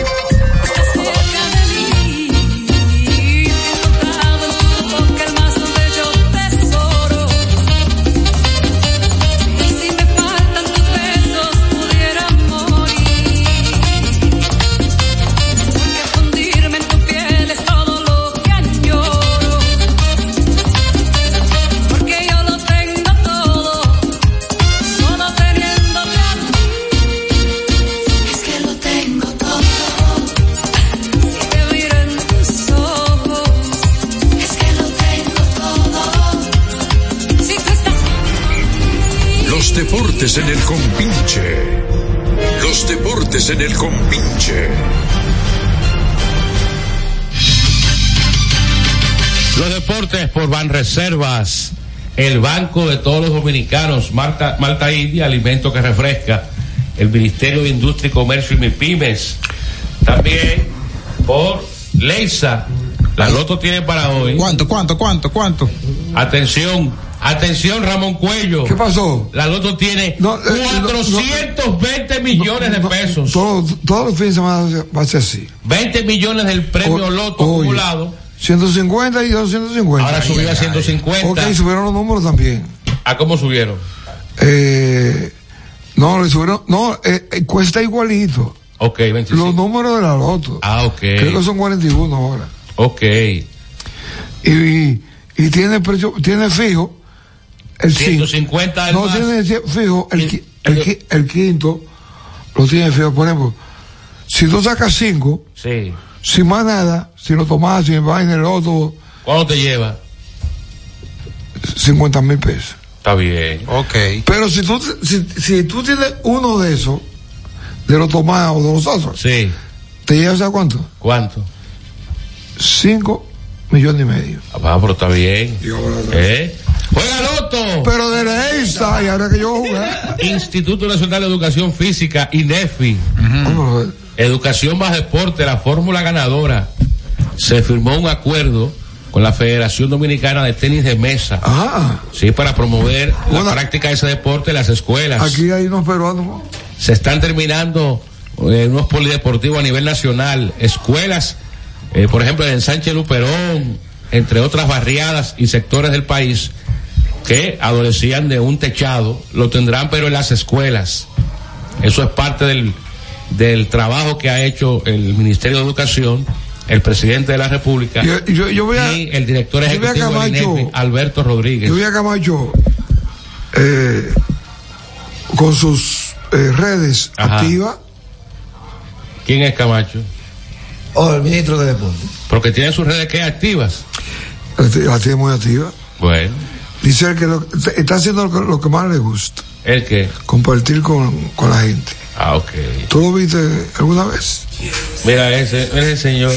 S10: Y he encontrado porque el más bello tesoro. Y si me faltan tus besos pudiera morir. Porque fundirme en tu piel es todo lo que añoro. Porque yo lo tengo todo, solo teniéndote a ti. Es que lo tengo todo. Si te miro en tus ojos, es que lo tengo todo. Si tú estás
S1: Los deportes en el Compinche. Los deportes en el Compinche.
S5: Los deportes por Banreservas, el banco de todos los dominicanos, Marta, Malta India, alimento que refresca, el Ministerio de Industria y Comercio y MIPIMES. También por Leisa, la Loto tiene para hoy.
S2: ¿Cuánto, cuánto, cuánto, cuánto?
S5: Atención, atención Ramón Cuello. ¿Qué
S4: pasó?
S5: La Loto tiene
S4: no,
S5: 420 millones de pesos.
S4: Todos todos los fines de semana va a ser así.
S5: 20 millones del premio Loto
S4: oye.
S5: acumulado
S4: 150 y 250.
S5: Ahora subió a 150.
S4: Ok, subieron los números también.
S5: ¿A Ah, cómo subieron?
S4: Eh, no, le subieron. No, eh, eh, cuesta igualito.
S5: Ok, 25.
S4: Los números de la loto.
S5: Ah, ok.
S4: Creo que son 41 ahora.
S5: Ok.
S4: Y, y, y tiene precio, tiene fijo. El cinco.
S5: 150 el
S4: No,
S5: más.
S4: tiene ci- fijo. El, qui- el, qui- el quinto lo tiene fijo. Por ejemplo, si tú sacas 5,
S5: Sí.
S4: sin más nada, si lo tomas, sin vaina, el otro,
S5: ¿Cuánto te lleva?
S4: 50 mil pesos.
S5: Está bien.
S2: Ok.
S4: Pero si tú, si, si tú tienes uno de esos, de los tomados o de los otros,
S5: Sí.
S4: ¿te llevas a cuánto?
S5: ¿Cuánto?
S4: 5 millones y medio.
S5: Ah, va, pero está bien. ¿Eh? Juega Loto.
S4: Pero de la ESA, y ahora que yo jugué.
S5: ¿Eh? Instituto Nacional de Educación Física, INEFI. Educación más deporte, la fórmula ganadora. Se firmó un acuerdo con la Federación Dominicana de Tenis de Mesa. Sí, para promover la práctica de ese deporte en las escuelas.
S4: Aquí hay unos peruanos.
S5: Se están terminando eh, unos polideportivos a nivel nacional, escuelas, eh, por ejemplo, en Sánchez Luperón, entre otras barriadas y sectores del país que adolecían de un techado, lo tendrán pero en las escuelas. Eso es parte del, del trabajo que ha hecho el Ministerio de Educación, el presidente de la República
S4: Yo- yo- yo voy a-
S5: y el director
S4: yo voy a
S5: ejecutivo del
S4: Camacho.
S5: INEFI, Alberto Rodríguez.
S4: Yo vi a Camacho eh, con sus eh, redes
S5: Ajá.
S4: activas.
S5: ¿Quién es Camacho?
S3: O el ministro de Deportes.
S5: Porque tiene sus redes que activas.
S4: La t- la tiene Este, muy activa.
S5: Bueno,
S4: Dice él que lo- t- está haciendo lo que, lo que más le gusta,
S5: el que.
S4: compartir con, con la gente.
S5: Ah, ok.
S4: ¿Tú lo viste alguna vez?
S5: Mira ese, ese señor.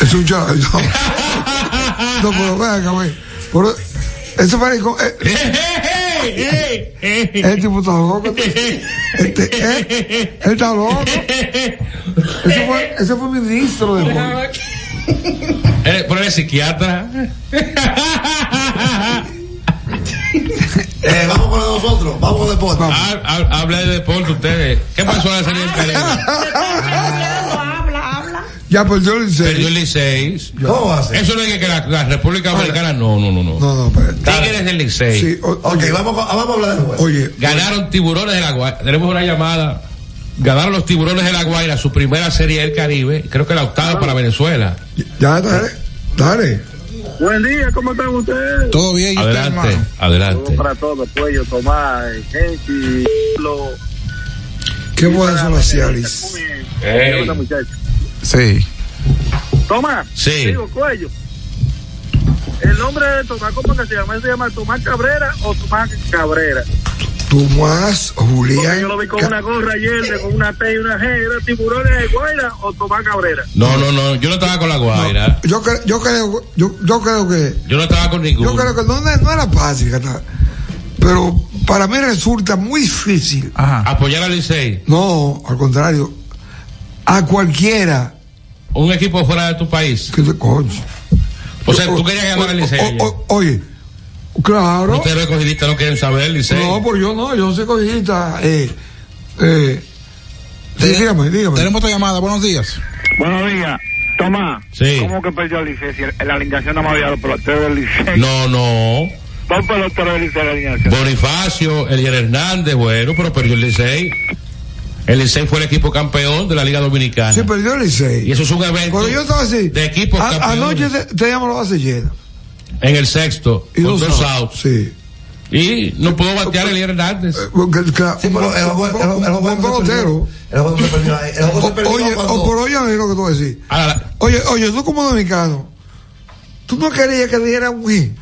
S4: Es un chavo. No, [laughs] No, pero ven acá, güey. Pero ese maricón,
S5: [laughs]
S4: eh, el tipo está loco. Este, eh, él está
S5: [laughs]
S4: loco. Ese fue, ese fue ministro de deporte.
S5: Eh, pero eres psiquiatra.
S3: Eh, vamos con lo de nosotros, vamos con deporte.
S5: Ha- ha- Ah, Habla de deporte ustedes. ¿Qué pasó la
S4: Ah,
S5: serie del Caribe?
S4: Ya perdió el Licey.
S5: Perdió el Licey.
S4: ¿Cómo va a
S5: Eso no es que la, la República Dominicana. No, no, no. no.
S4: No, no, pero.
S5: Tigres del Licey.
S4: Sí, o-
S3: Ok, vamos, con- ah, vamos a hablar de juego.
S4: Oye,
S5: Ganaron tiburones de la Guaira. Tenemos una llamada. Ganaron los tiburones de la Guaira su primera serie del Caribe. Creo que la
S4: Ah.
S5: octava para Venezuela.
S4: ya, dale. Dale.
S7: Buen día, ¿cómo están ustedes?
S2: Todo bien, ¿y usted,
S5: Adelante,
S2: hermano?
S5: adelante.
S7: Para todos, Cuello, Tomás, Hensi, lo.
S4: Qué buenas son las Cialis.
S5: Ey.
S7: Hola, muchacho.
S2: Sí.
S7: Tomás.
S5: Sí.
S7: Digo, Cuello. El nombre de Tomás, ¿cómo que se llama? ¿Se llama Tomás Cabrera o Tomás Cabrera?
S4: Tomás
S7: Porque
S4: Julián.
S7: yo lo vi con
S4: Ca-
S7: una gorra ayer, con una T y una G, era tiburones de Guaira o Tomás Cabrera.
S5: No, no, no. Yo no estaba con la Guaira.
S4: Yo, cre- yo creo, yo, yo creo que.
S5: Yo no estaba con ninguno.
S4: Yo creo que no, no era fácil, Cata. pero para mí resulta muy difícil.
S2: Ajá.
S5: Apoyar al Licey.
S4: No, al contrario, a cualquiera
S5: Un equipo fuera de tu país.
S4: que te coño.
S5: O sea, tú querías ganar el Licey.
S4: O- o- oye, claro.
S5: Ustedes recogidistas no quieren saber el Licey.
S4: No, pues yo no, yo soy cogidista. Eh, eh, sí, dígame, dígame.
S2: Eh, Tenemos otra llamada, buenos días.
S7: Buenos días. Tomás,
S5: Sí.
S7: ¿cómo que perdió el licencia? La alineación no me había dado pelotero del licencia.
S5: No, no.
S7: Dos peloteros del licencia de la alineación.
S5: Bonifacio, Elier Hernández, bueno, pero perdió el Licey. El Licey fue el equipo campeón de la Liga Dominicana.
S4: Se perdió el Licey.
S5: Y eso es un evento
S4: Cuando yo estaba así,
S5: de equipos
S4: a- anoche
S5: campeones
S4: te- teníamos la base llena.
S5: en el sexto,
S4: Y
S5: con
S4: dos
S5: dos
S4: outs.
S5: outs.
S4: Sí. eh,
S5: Y no pudo batear Elier Hernández.
S4: Porque, claro,
S3: Sí, pero el
S4: un-
S3: juego- el
S4: un-
S3: juego- el
S4: un buen
S3: juego se perdió.
S4: pelotero.
S3: El juego se perdió ahí. El juego se perdió
S4: Oye,
S3: cuando-
S4: o por hoy es lo que tú vas a decir.
S5: Ahora,
S4: Oye, oye, tú como dominicano, tú no querías que diera un hit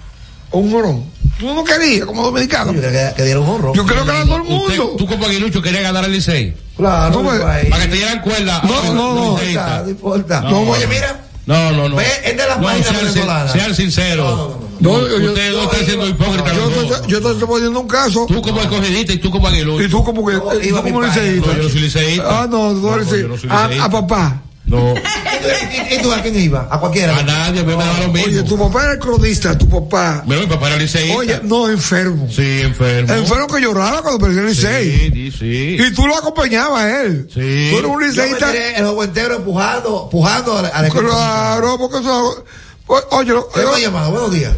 S4: o un jorón. Tú no querías como dominicano.
S3: Yo creo que, que dieron un honro.
S4: Yo creo que era todo el
S5: usted,
S4: mundo.
S5: tú como Aguilucho querías ganar al Licey.
S3: Claliceísta.
S4: Tú ves-
S3: ahí.
S5: Para que te dieran cuerda.
S4: No,
S5: a los
S4: no, no,
S5: liceístas.
S3: No importa.
S5: No,
S3: Oye,
S5: no.
S3: mira.
S5: No, no, no.
S3: Ve, es de las
S5: No,
S3: páginas
S5: sean, sin-
S3: venezolanas.
S5: sean sinceros.
S3: No, no, no, no.
S4: No, yo- yo-
S5: Ustedes dos están siendo hipócritas.
S4: Yo
S5: los
S4: te,
S5: dos.
S4: estoy- yo te estoy poniendo un caso
S5: Tú como escogidista y tú como
S4: y
S5: Aguilucho.
S4: tú como que
S3: No,
S4: eh, tú
S3: iba a mi
S4: como
S3: país.
S4: liceísta.
S5: No, yo no soy liceísta.
S4: Ah, no, tú
S5: No,
S4: eres
S5: no, yo
S4: liceí-
S5: no soy
S4: Ah,
S5: liceísta.
S4: A papá.
S5: No,
S3: ¿Y, y- y tú a quién iba? A cualquiera.
S5: a nadie, a mí me da lo mismo.
S4: Oye, tu papá era el cronista, tu papá.
S5: Mira, mi papá era liceísta.
S4: Oye, no, enfermo.
S5: Sí, enfermo.
S4: Enfermo que lloraba cuando perdió el Licey.
S5: Sí, sí, sí.
S4: Y tú lo acompañabas a él.
S5: Sí.
S4: Tú eres un
S3: Yo me
S4: liceísta.
S3: tiré el juego entero empujando, empujando al al equipo.
S4: Claro, porque eso Oye, eh,
S3: Tengo llamado, buenos días.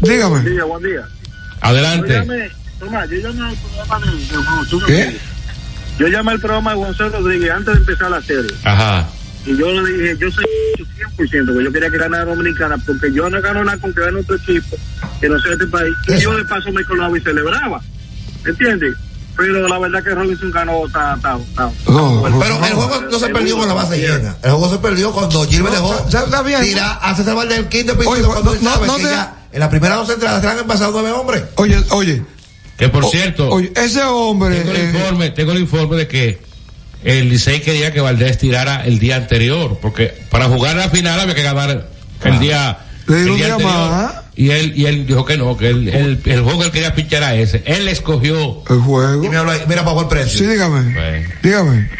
S4: Dígame.
S7: Buen día, buen día.
S5: Adelante.
S7: Yo llamé, Tomás, yo llamé al programa de, de Juan Jesús
S5: ¿Qué?
S7: Rodríguez. Yo llamé al programa de Gonzalo Rodríguez antes de empezar la serie.
S5: Ajá.
S7: Y yo le dije, yo soy 100%, porque yo quería que ganara Dominicana, porque yo no gano nada con que gane otro equipo, que no sea este país. Y yo de paso me colaba y celebraba. ¿Entiendes? Pero la verdad que Robinson ganó. Ta, ta, ta.
S3: pero el juego no se perdió con la base llena. El juego se perdió cuando
S7: No,
S3: Gilbert dejó
S7: está- está bien.
S3: tira a César Valdés el quinto piso.
S7: Oye,
S4: pues,
S3: cuando él
S7: no-
S3: sabe
S7: no
S3: que
S7: te-
S3: ya en las primeras dos entradas se le han pasado nueve hombres.
S4: Oye, oye.
S5: Que por cierto.
S4: Oye, ese hombre.
S5: Tengo el,
S4: eh,
S5: informe, tengo el informe de que el Licey quería que Valdés tirara el día anterior, porque para jugar la final había que ganar el día.
S4: Le dieron
S5: el día
S4: un día
S5: anterior.
S4: más. ¿ah?
S5: Y él, y él dijo que no, que él- él- el juego que él quería pinchar era ese. Él escogió.
S4: El juego.
S3: Y me habla- mira, pagó el precio.
S4: Sí, dígame.
S5: Bueno,
S4: Dígame.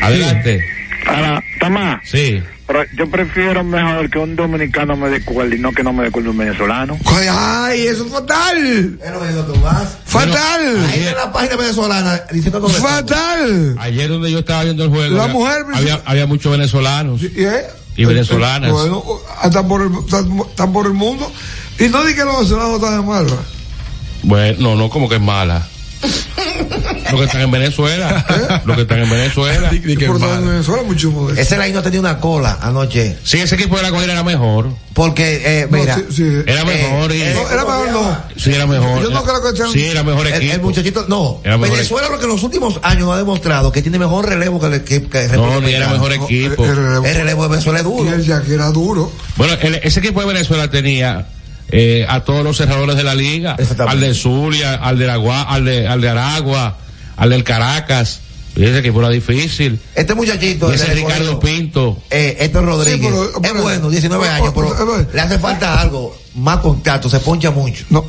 S5: adelante.
S7: Ahora, Tomás.
S5: Sí.
S7: Pero yo prefiero mejor que un dominicano me descuerde y no que no me descuerde un venezolano.
S4: Ay, eso es fatal.
S3: Es lo que digo tú más.
S4: Fatal.
S3: Ahí en la página venezolana diciendo todo esto.
S4: Fatal.
S5: Ayer donde yo estaba viendo el juego.
S4: La
S5: había,
S4: mujer-
S5: había, había muchos venezolanos.
S4: Y, eh,
S5: Y venezolanas.
S4: eh, bueno, hasta por, el, hasta- hasta por el mundo. Y no di que los venezolanos están de mala.
S5: Bueno, no, no, como que es mala. Los que están en
S4: [laughs]
S5: Venezuela.
S4: ¿Eh?
S5: Los que están en Venezuela.
S4: Por estar en Venezuela, mucho modesto.
S3: Ese line no tenía una cola anoche.
S5: Sí, ese equipo de la cogida era mejor.
S3: Porque, eh, mira.
S4: sí, sí.
S5: Era mejor. y-
S3: eh,
S4: No, era mejor no.
S5: sí, era mejor.
S4: Yo no creo que sean-
S5: Sí, era mejor
S3: El,
S5: equipo.
S3: el muchachito, no.
S5: Era mejor
S3: Venezuela lo que en los últimos años ha demostrado que tiene mejor relevo que el equipo que
S5: No, ni
S3: República
S5: era mejor
S3: Dominicana.
S5: equipo.
S4: El relevo.
S3: El relevo de Venezuela es
S4: Y
S3: duro.
S4: el Jack era duro.
S5: Bueno, el- ese equipo de Venezuela tenía eh, a todos los cerradores de la liga, al
S3: Exactamente.
S5: de Zulia, al de, Aragua, al de, al de Aragua, al del Caracas. Y ese equipo era difícil.
S3: Este muchachito,
S5: Y ese
S3: el
S5: Ricardo
S3: recorrido,
S5: Pinto.
S3: eh, Héctor Rodríguez,
S4: Sí, pero-
S3: es
S4: pero-
S3: bueno, 19
S4: pero-
S3: años, pero,
S4: pero-
S3: le hace falta algo, más contacto, se poncha mucho.
S4: No,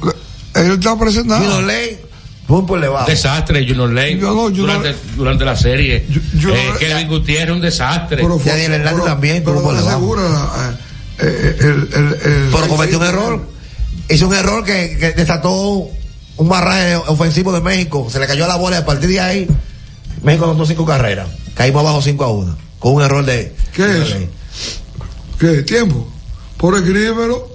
S4: él está presentado.
S3: Gino Ley, pum por le bajo.
S5: Desastre, Junior Lane.
S4: Yo no, yo
S5: durante,
S4: no-
S5: durante la serie.
S4: Yo- yo
S5: Eh,
S4: no-
S5: Kevin Gutiérrez, un desastre.
S4: Pero fue-
S3: Yadier Hernández
S4: pero-
S3: también,
S4: Pero
S3: tuvo
S4: no
S3: por debajo.
S4: seguro. eh, eh, el- el- el-
S3: Pero cometió un
S4: el-
S3: error. Hizo un error que, que desató un barraje ofensivo de México. Se le cayó la bola y a partir de ahí, México anotó cinco carreras. Caímos abajo 5 a 1. Con un error de.
S4: ¿Qué
S3: de
S4: es?
S3: Ley.
S4: ¿Qué? ¿Tiempo? Por escríbelo.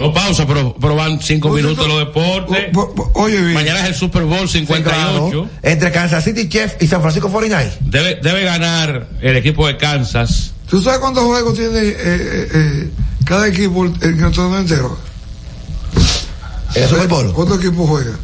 S5: No pausa, pero, pero van cinco minutos los deportes.
S4: O- o- Oye, bien.
S5: Mañana es el Super Bowl 58.
S3: Claro. Entre Kansas City Chiefs y San Francisco 49.
S5: Debe, debe ganar el equipo de Kansas.
S4: ¿Tú sabes cuántos juegos tiene eh, eh, eh, cada equipo en el torneo entero?
S3: En el Super Bowl.
S4: ¿Cuántos equipos juegan?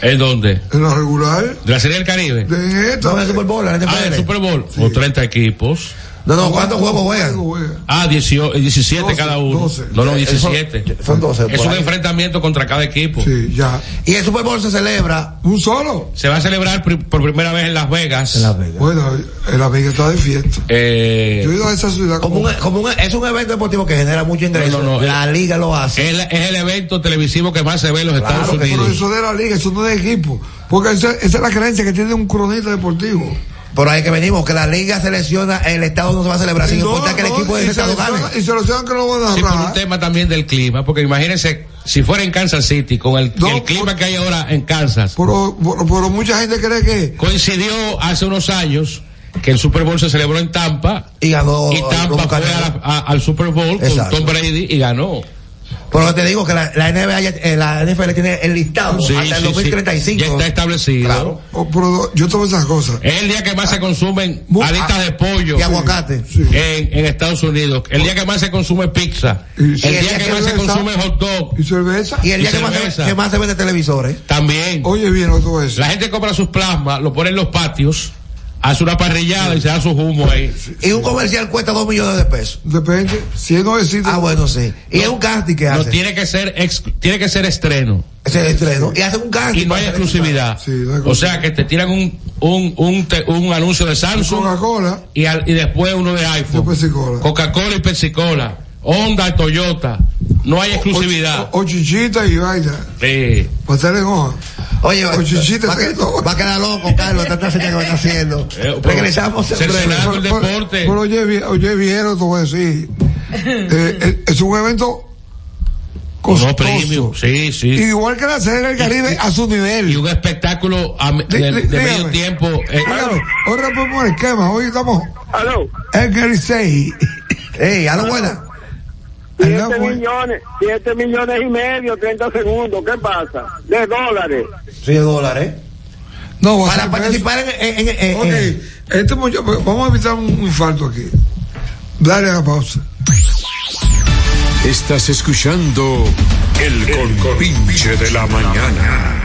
S5: ¿En dónde?
S4: ¿En la regular?
S5: ¿De la Serie del Caribe?
S4: ¿De en esta?
S3: No, en el Super Bowl, en el
S5: Ah,
S3: NFL.
S5: el Super Bowl. Con 30 equipos.
S3: No, no, ¿cuántos juegos juegan?
S4: juegan?
S5: Ah, 18, eh, 17
S4: 12,
S5: cada uno.
S4: 12.
S5: No, no,
S3: Eh, son-
S5: 17.
S3: son 12
S5: Es
S3: por
S5: un
S3: ahí.
S5: enfrentamiento contra cada equipo.
S4: Sí, ya.
S3: Y el Super Bowl se celebra
S4: ¿Un solo?
S5: Se va a celebrar pri- por primera vez en Las Vegas.
S3: en Las Vegas.
S4: Bueno, en la Vega está de fiesta.
S5: Eh,
S4: Yo he ido a esa ciudad
S3: Como un- como un- es un evento deportivo que genera mucho ingreso.
S5: No, no, no.
S3: la liga lo hace.
S5: es, la- es el evento televisivo que más se ve en los
S3: Claro
S5: Estados
S3: que
S4: Pero
S5: Unidos.
S4: eso de la liga, eso no es de equipo. Porque esa, esa es la creencia que tiene un cronista deportivo.
S3: Por ahí que venimos, que la liga selecciona, el Estado no se va a celebrar sin
S4: No,
S3: importar que el
S4: no,
S3: equipo de
S4: y
S3: ese Estado
S4: seleccionan-
S3: gane.
S4: Y se lo que no van a
S5: Sí, por un
S4: rajar.
S5: tema también del clima, porque imagínense si fuera en Kansas City, con el,
S4: No,
S5: el clima que hay ahora en Kansas.
S4: Pero, pero- pero mucha gente cree que.
S5: Coincidió hace unos años que el Super Bowl se celebró en Tampa
S3: Y ganó.
S5: y Tampa
S3: Romo
S5: fue
S3: Canelo.
S5: a la- a- al Super Bowl
S3: Exacto.
S5: con Tom Brady y ganó.
S3: Pero te digo que la, la NBA, ya- eh, la NFL tiene el listado
S5: Sí,
S3: hasta el
S5: sí, sí.
S3: 2035.
S5: Ya está establecido.
S3: Claro.
S4: oh, pero yo tomo esas cosas.
S5: Es el día que más se consumen
S4: Mu-
S5: alitas de pollo
S3: Y aguacate.
S4: Sí.
S5: en, en Estados Unidos. El día que más se consume pizza.
S4: Y-
S5: El
S4: y
S3: el
S5: día
S3: día
S5: que
S3: que
S5: más se
S4: regresa-
S5: consume hot dog.
S4: ¿Y cerveza?
S3: Y el
S5: Y
S3: día que más,
S5: cerveza.
S3: se, que más se vende televisores.
S5: También.
S4: Oye, bien, lo todo eso.
S5: La gente compra sus plasmas, lo pone en los patios, hace una parrillada y se da su humo ahí.
S3: Y un comercial cuesta 2 millones de pesos.
S4: Depende. Si es novecito.
S3: Ah, bueno, sí. Y es un casting que
S5: No
S3: hace.
S5: tiene que ser ex- tiene que ser estreno
S3: Ese es el estreno. Y hace un casting.
S5: y no hay
S3: para-
S5: exclusividad.
S4: Sí, no hay
S5: o sea que te tiran un un, un, te- un anuncio de Samsung
S4: Coca-Cola.
S5: y, al- y después uno de iPhone.
S4: Después Pepsi-Cola.
S5: Coca-Cola y Pepsi-Cola, Honda y Toyota. No
S4: Pues,
S5: hay exclusividad.
S4: O, o chichita y vaina.
S5: Ah. Sí.
S4: Pastel en hoja.
S3: Oye, va,
S4: O chichita,
S3: va que-
S4: no.
S3: va a quedar loco, Carlos, tanta señal que van
S5: [laughs]
S3: haciendo.
S5: Eh, pero-
S3: Regresamos en breve.
S5: Cercenando el
S4: Pero-
S5: deporte.
S4: Pero oye, bien, oye, vieron, te voy a
S3: [laughs]
S4: decir. Eh, eh, es un evento costoso.
S5: No premium. Sí, sí.
S4: Igual que la serie del Caribe a su
S5: Y
S4: nivel.
S5: un espectáculo a me-
S4: Dí-
S5: de,
S4: dí-
S5: de medio
S4: dígame.
S5: tiempo. eh,
S4: Claro, hoy rompemos el esquema, hoy estamos
S7: Aló.
S4: en el 6.
S3: Ey, a lo buena.
S7: 7 millones, 7 millones y medio, 30 segundos, ¿qué pasa? De dólares.
S3: 6 dólares.
S4: No,
S3: eh. Para participar en- en- en- en-
S4: Ok, este mucho- vamos a evitar un infarto aquí. Dale la pausa.
S1: Estás escuchando el compinche de la mañana.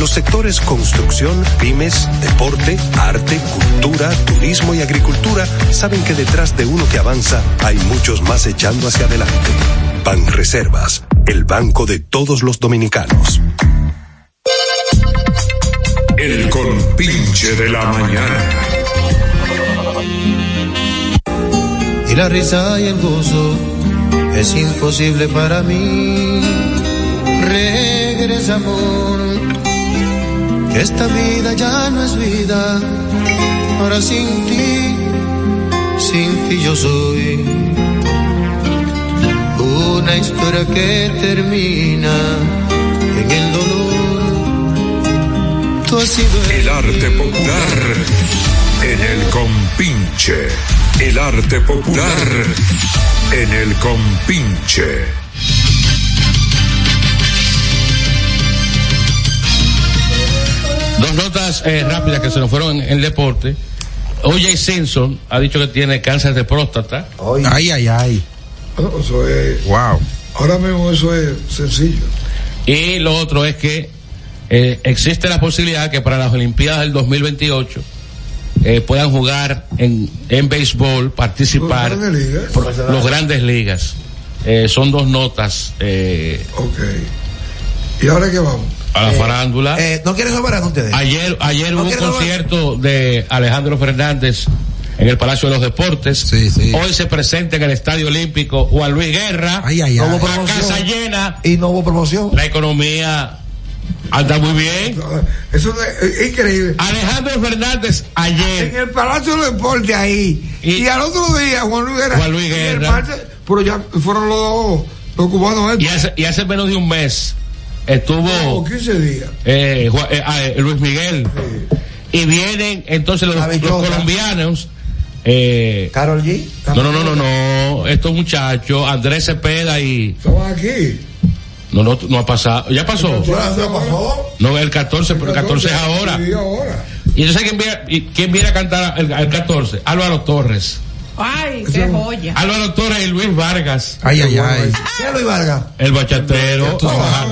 S6: Los sectores construcción, pymes, deporte, arte, cultura, turismo y agricultura saben que detrás de uno que avanza hay muchos más echando hacia adelante. Banreservas, el banco de todos los dominicanos.
S1: El compinche de la mañana.
S11: y la risa y el gozo es imposible para mí. Regresa amor, que esta vida ya no es vida, ahora sin ti, sin ti yo soy una historia que termina en el dolor. Tú has sido
S1: El arte popular en el compinche. El arte popular en el compinche.
S5: Dos notas eh, rápidas que se nos fueron en el deporte. OJ Simpson ha dicho que tiene cáncer de próstata.
S2: Ay, ay, ay.
S4: Bueno, eso es-
S2: Wow.
S4: Ahora mismo eso es sencillo.
S5: Y lo otro es que eh, existe la posibilidad que para las Olimpiadas del 2028 eh, puedan jugar en, en béisbol, participar
S4: Los Grandes Ligas.
S5: por los grandes ligas. Eh, son dos notas eh,
S4: ¿Y ahora qué vamos?
S5: a la farándula.
S3: Eh, ¿No quieren sobar ustedes?
S5: Ayer, ayer
S3: ¿No
S5: hubo un
S3: quieren sobar?
S5: concierto de Alejandro Fernández en el Palacio de los Deportes. Hoy se presenta en el Estadio Olímpico Juan Luis Guerra.
S3: No hubo
S5: La
S3: promoción.
S5: casa llena.
S3: Y no hubo promoción.
S5: La economía anda muy bien.
S4: Eso es, increíble.
S5: Alejandro Fernández ayer.
S4: En el Palacio de Deporte ahí. Y, al otro día, Juan Luis Guerra.
S5: Juan Luis
S4: y el
S5: Guerra.
S4: martes, pero ya fueron los dos, los cubanos estos.
S5: Y hace, Este, y hace menos de un mes estuvo
S4: Como 15 días.
S5: eh, Ju- eh, ah, eh, Luis Miguel. Y vienen entonces los, los colombianos. Eh,
S3: Carol G.
S5: No, no, no, no, no. Estos muchachos, Andrés Cepeda y.
S4: Estaban aquí.
S5: No, no, no ha pasado. Ya pasó. No, el 14, pero el 14 es ahora.
S4: Sí, ahora.
S5: Y entonces, ¿quién viene, y quién viene a cantar el, el 14? Álvaro Torres.
S8: Ay, qué joya.
S5: A los doctores Luis Vargas.
S2: Ay, ay, ay.
S3: ¿Qué Luis Vargas?
S5: El bachatero,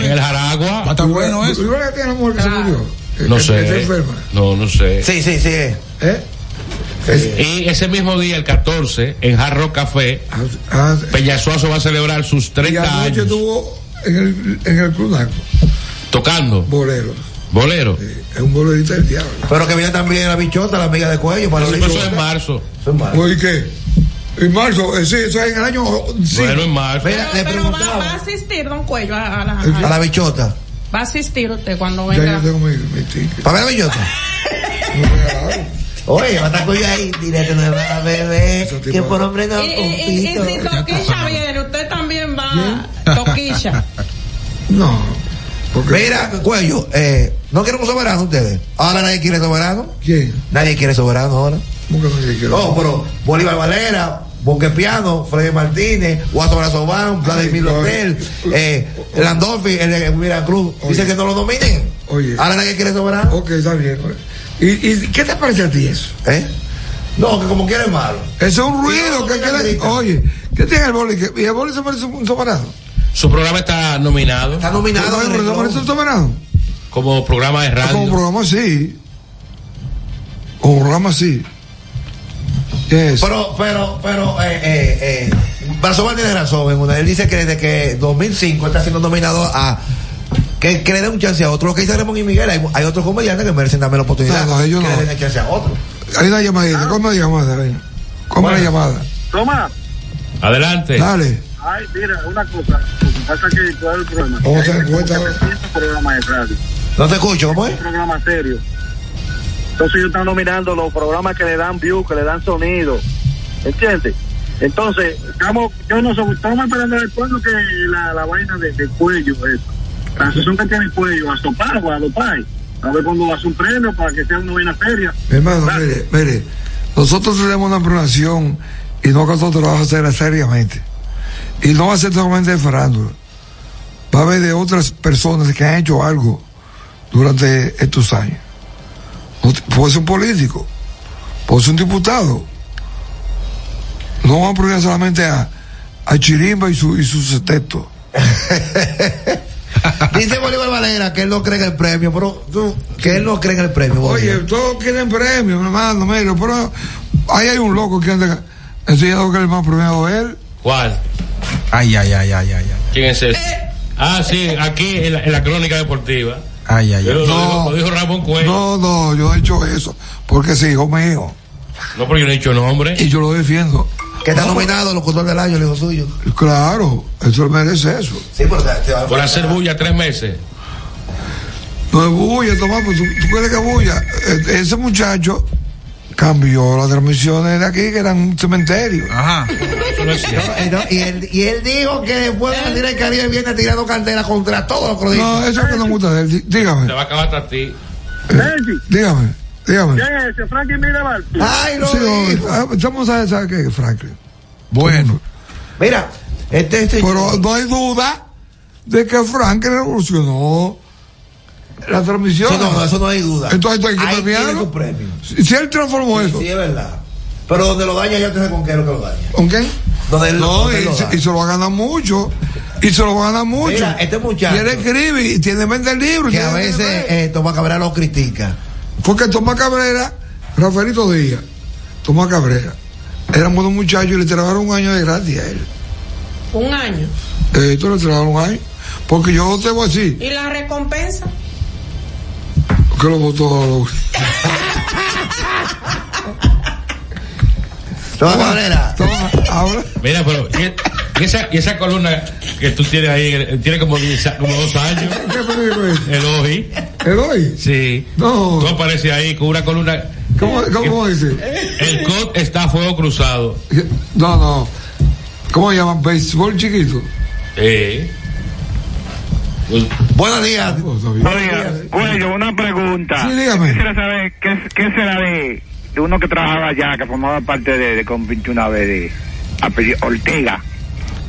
S5: el jaragua.
S2: Está bueno eso.
S4: Luis Vargas tiene la mujer que se murió. Eh,
S5: No
S4: que- que está
S5: sé.
S4: enferma.
S5: No, no sé.
S3: Sí, sí, sí.
S4: ¿Eh?
S5: Y ese mismo día, el 14, en Jarro Café,
S4: Ah,
S5: Peñasuazo va a celebrar sus
S4: y
S5: 30
S4: anoche
S5: años
S4: estuvo en el, en el Club Naco,
S5: tocando
S4: bolero.
S5: bolero.
S4: Es un bolerista del diablo.
S3: Pero que viene también la bichota, la amiga de cuello. Para
S5: Eso
S3: la
S5: empezó
S3: bichota.
S5: en marzo.
S3: Eso es malo.
S4: Oye, qué? En marzo, eh, sí, eso es en el año. Sí.
S5: Bueno, en marzo.
S3: Mira, le
S8: Pero va,
S3: preguntaba
S8: va a asistir, don Cuello, a, a la, a
S3: a
S8: la-
S3: la bichota.
S8: Va a asistir usted cuando
S4: ya yo
S8: venga.
S4: tengo mi, mi ticket.
S3: ¿Para ver la bichota?
S4: No me regalaron.
S3: Oye, va a estar cuello ahí. Dile que no es la
S4: Eso
S3: bebé.
S4: tipo
S3: Que por
S4: de-
S3: hombre no.
S8: Y, y- y- y
S3: compito.
S8: si Toquilla viene, Ah, usted también va a Toquilla.
S4: No. Porque,
S3: Mira, cuello, eh, no queremos soberano ustedes. Ahora nadie quiere soberano.
S4: ¿Quién?
S3: Nadie quiere soberano ahora.
S4: Nunca me quiero.
S3: No, pero Bolívar Valera, Bosquepiano, Freddy Martínez, Guaso Brazoban, Vladimir
S4: oye.
S3: Lotel, eh, Landolfi, el de Miracruz.
S4: Oye.
S3: Dicen que no lo dominen.
S4: Oye.
S12: Ah,
S3: Ahora nadie quiere soberano.
S4: Ok, está bien. oye. ¿Y, ¿Y qué te parece a ti eso?
S3: ¿Eh? No, que como quieren malo.
S4: Eso es un
S3: Y
S4: ruido
S3: no,
S4: que
S3: no,
S4: queda.
S3: no, no.
S4: Oye, ¿qué tiene el boli? ¿Y el boli se parece a un soberano?
S5: Su programa está nominado
S3: Está
S4: ¿Se
S3: nominado. en el
S4: parece a un
S3: globo.
S4: soberano?
S5: como programa de
S4: Como un
S5: radio.
S4: programa así. Como un programa así. ¿Qué es?
S3: Pero, pero, pero, eh, eh, eh, Brazoban tiene razón en una. Él dice que desde que 2005 está siendo nominado a. Que, que le den un chance a otro. Lo que dice Ramón y Miguel, hay, hay otros comediantes que merecen también la oportunidad.
S4: No, no, ellos
S3: que
S4: no.
S3: le den el chance a otro.
S4: Hay una llamadita. ¿Cómo la llamada? ven. ¿Cómo la
S5: Bueno.
S4: llamada?
S7: Toma.
S5: Adelante.
S4: Dale.
S7: Ay, mira, una cosa. Lo que pasa es que cuál es el problema.
S4: ¿Cómo
S7: Hay
S4: se
S7: gente
S4: encuentra?
S7: que presenta programas de radio.
S3: No te escucho, ¿cómo es?
S7: un programa serio. Entonces ellos están nominando los programas que le dan view, que le dan sonido. ¿Entiendes? Entonces, estamos, yo no so- estamos esperando del pueblo que la, la vaina de, de cuello, eso. La sesión que tiene el cuello, a sopar o a dopar. A ver cuando hace un premio para que sea una vaina seria.
S4: Mi hermano,
S7: Claro.
S4: mire, mire, nosotros tenemos una programación y no que nosotros vamos a hacer seriamente. Y no va a ser solamente de farándula. Va a haber de otras personas que han hecho algo durante estos años. No te- Puede ser un político, puede ser un diputado. No van a prohibir solamente a, a Chirimba y, su, y sus textos.
S3: [laughs] Dice Bolívar Valera que él no cree en el premio, pero tú, que él no cree en el premio.
S4: Oye,
S3: Bolívar.
S4: todos quieren premios, mi hermano, mire, pero ahí hay un loco que anda enseñando que el más premiado es él.
S5: ¿Cuál?
S2: Ay, ay, ay, ay, ay, ay.
S5: ¿Quién es ese? Ah, sí, aquí en la, en la crónica deportiva.
S2: Ay, ay,
S5: Yo
S2: ay.
S5: lo, dijo, lo dijo Ramón Cuello.
S4: No, no, yo he hecho eso porque es hijo mío
S5: No, porque yo no he dicho nombre.
S4: y yo lo defiendo.
S3: que está nominado locutor del año, el hijo suyo.
S4: Claro, eso él merece eso.
S3: Sí, pero te, te va a-
S5: Por hacer bulla tres meses.
S4: No es bulla, Tomás, pues, ¿tú, tú crees que bulla? E- Ese muchacho cambió las transmisiones de aquí que eran un cementerio.
S2: Ajá.
S5: Eso no es cierto.
S3: Eh, no, y, él, y él dijo que después de salir el Caribe viene tirando candela contra todos los
S4: No,
S3: cronistas.
S4: eso es que no me gusta de él. Dí-
S5: Te
S4: Dígame,
S5: va a acabar hasta ti.
S7: Benji,
S4: dígame, dígame.
S7: ¿quién es ese? Frankie Mirabal.
S3: Ay, lo
S4: Sí,
S3: dijo.
S4: no, ah, estamos a saber qué, Franklin.
S2: Bueno.
S3: Mira, este, este
S4: Pero no hay duda de que Franklin revolucionó la transmisión.
S3: Sí, no, no, eso no hay duda.
S4: Entonces, ¿tú hay que
S3: Ahí
S4: premiarlo?
S3: tiene su premio.
S4: si, si él transformó eso,
S3: Sí, es verdad. Pero donde lo daña ya te sé con qué es lo que lo daña.
S4: ¿ok?
S3: Donde él
S4: No,
S3: donde
S4: y,
S3: él lo
S4: se,
S3: daña.
S4: y se lo va a ganar mucho. Y se lo va a ganar mucho.
S3: Mira, este muchacho-
S4: Y él escribe y tiene 20 libros.
S3: que
S4: tiene
S3: a
S4: 20
S3: veces
S4: libros.
S3: eh, Tomás Cabrera lo critica.
S4: Porque Tomás Cabrera, Rafaelito Díaz, Tomás Cabrera, eran buenos muchachos y le trabajaron un año de gratis a él.
S8: Un año.
S4: Eh, tú le trabajaron un año. Porque yo te voy así,
S8: ¿Y la recompensa?
S4: que lo votó. lo-
S3: Tomás Cabrera.
S4: Tomás, ahora.
S5: Mira, pero. y- Y esa, y esa columna que tú tienes ahí, eh, tiene como, diez a- como dos años.
S4: ¿Qué peligro es?
S5: El OGI.
S4: ¿El hoy?
S5: Sí.
S4: No.
S5: Tú apareces ahí con una columna.
S4: ¿Cómo, cómo dice?
S5: El COD está a fuego cruzado.
S4: No, no. ¿Cómo se llama? Béisbol chiquito.
S5: Eh. Pues,
S3: Buenos días.
S4: Oh, está bien.
S13: Oiga, Cuello, una pregunta.
S4: Sí, dígame.
S13: Yo Quisiera saber qué, qué será de, de uno que trabajaba allá, que formaba parte de, de Convinte una vez, de apellido Ortega.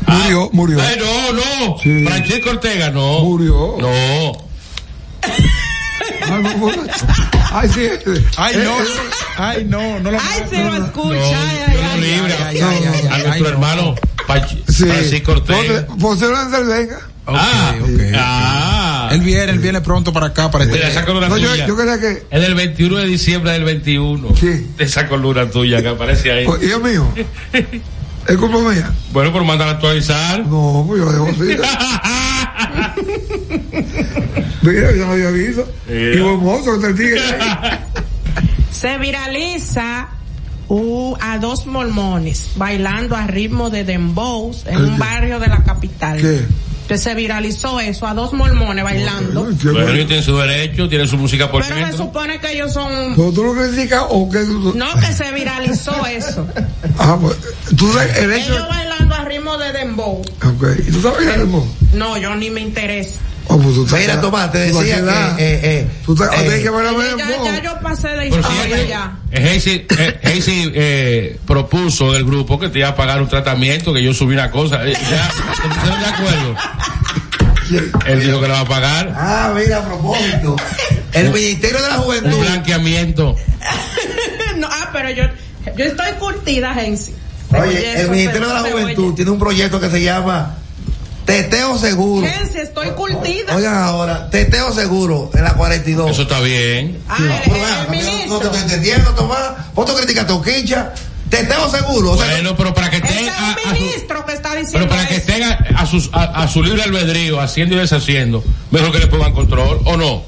S4: Murió, murió.
S5: Ay, no, no.
S4: Sí.
S5: Francisco Ortega, no.
S4: Murió.
S5: No.
S4: Ah, no, fue- [laughs] Ay, sí.
S2: Ay, no.
S4: Eh,
S2: Ay, no, no lo
S8: Ay, si lo escucha. ay, ay, ay.
S5: libre.
S8: Ay,
S4: ay, ay, ay,
S5: a
S4: ay,
S5: nuestro
S4: no.
S5: hermano Panch- Francisco Ortega.
S4: José Lanzar, venga.
S5: Ah, ah.
S2: Él viene, él viene pronto para acá, para este.
S5: Mira, esa columna
S4: No, yo,
S5: tuya.
S4: yo quería que.
S5: Es del 21 de diciembre del 21.
S4: Sí.
S5: De esa columna tuya que aparece ahí.
S4: Oh, Dios mío. Es culpa mía.
S5: Bueno, por mandar a actualizar.
S4: No, pues yo la dejo
S5: [laughs]
S4: así. Mira, yo no había visto.
S5: Mira.
S4: Y buen mozo que está el tigre ahí.
S8: Se viraliza uh, a dos mormones bailando a ritmo de dembow en un barrio de la capital.
S4: ¿Qué?
S8: Que se viralizó eso, a dos mormones bailando.
S4: Ay, qué
S5: Bueno,
S4: bueno.
S5: ellos tienen su derecho, tienen su música por
S8: Pero se
S5: dentro.
S8: supone que ellos son...
S4: ¿Pero tú lo criticas o que tú.?
S8: No, que se viralizó eso.
S4: Ah, pues. Tú sabes el hecho.
S8: Ellos bailando a ritmo de dembow.
S4: Ok. ¿Y tú sabes el ritmo?
S8: no, yo ni me interesa.
S4: Oh, pues tú estás-
S3: Mira, Tomás, te
S4: tú
S3: decía
S4: estás-
S3: que, eh, eh,
S4: tú estás-
S3: eh,
S4: tienes Ah, que ver a
S8: Ya,
S4: ver,
S8: ya,
S4: vos.
S8: ya yo pasé de
S5: Pero si
S8: historia
S5: ella-
S8: ya.
S5: eh, Heisy, eh, Heisy, eh, propuso el grupo que te iba a pagar un tratamiento, que yo subí una cosa. eh, ya, ¿se pusieron de acuerdo? Él dijo que la va a pagar.
S3: Ah, mira, a propósito. El Ministerio de la
S5: Un
S3: Juventud.
S5: blanqueamiento.
S8: [laughs] No, ah, pero yo, yo estoy curtida, Gensi.
S3: Oye, el Ministerio de la Juventud tiene un proyecto que se llama Teteo Seguro.
S8: Gensi, estoy curtida.
S3: Oigan ahora, Teteo Seguro en la 42.
S5: Eso está bien.
S8: Ah,
S3: No,
S8: el-
S3: pero
S8: el
S3: vean, no,
S8: ministro.
S3: no te estoy entendiendo, Tomás. Vos te criticas a Toquincha. Teteo Seguro. O sea,
S5: Bueno, pero para que
S8: Ese
S5: tenga.
S8: es
S5: a
S8: un
S5: su-
S8: ministro que está diciendo
S5: Pero para que
S8: eso.
S5: tenga a, sus, a, a su libre albedrío, haciendo y deshaciendo, mejor que le pongan control o no.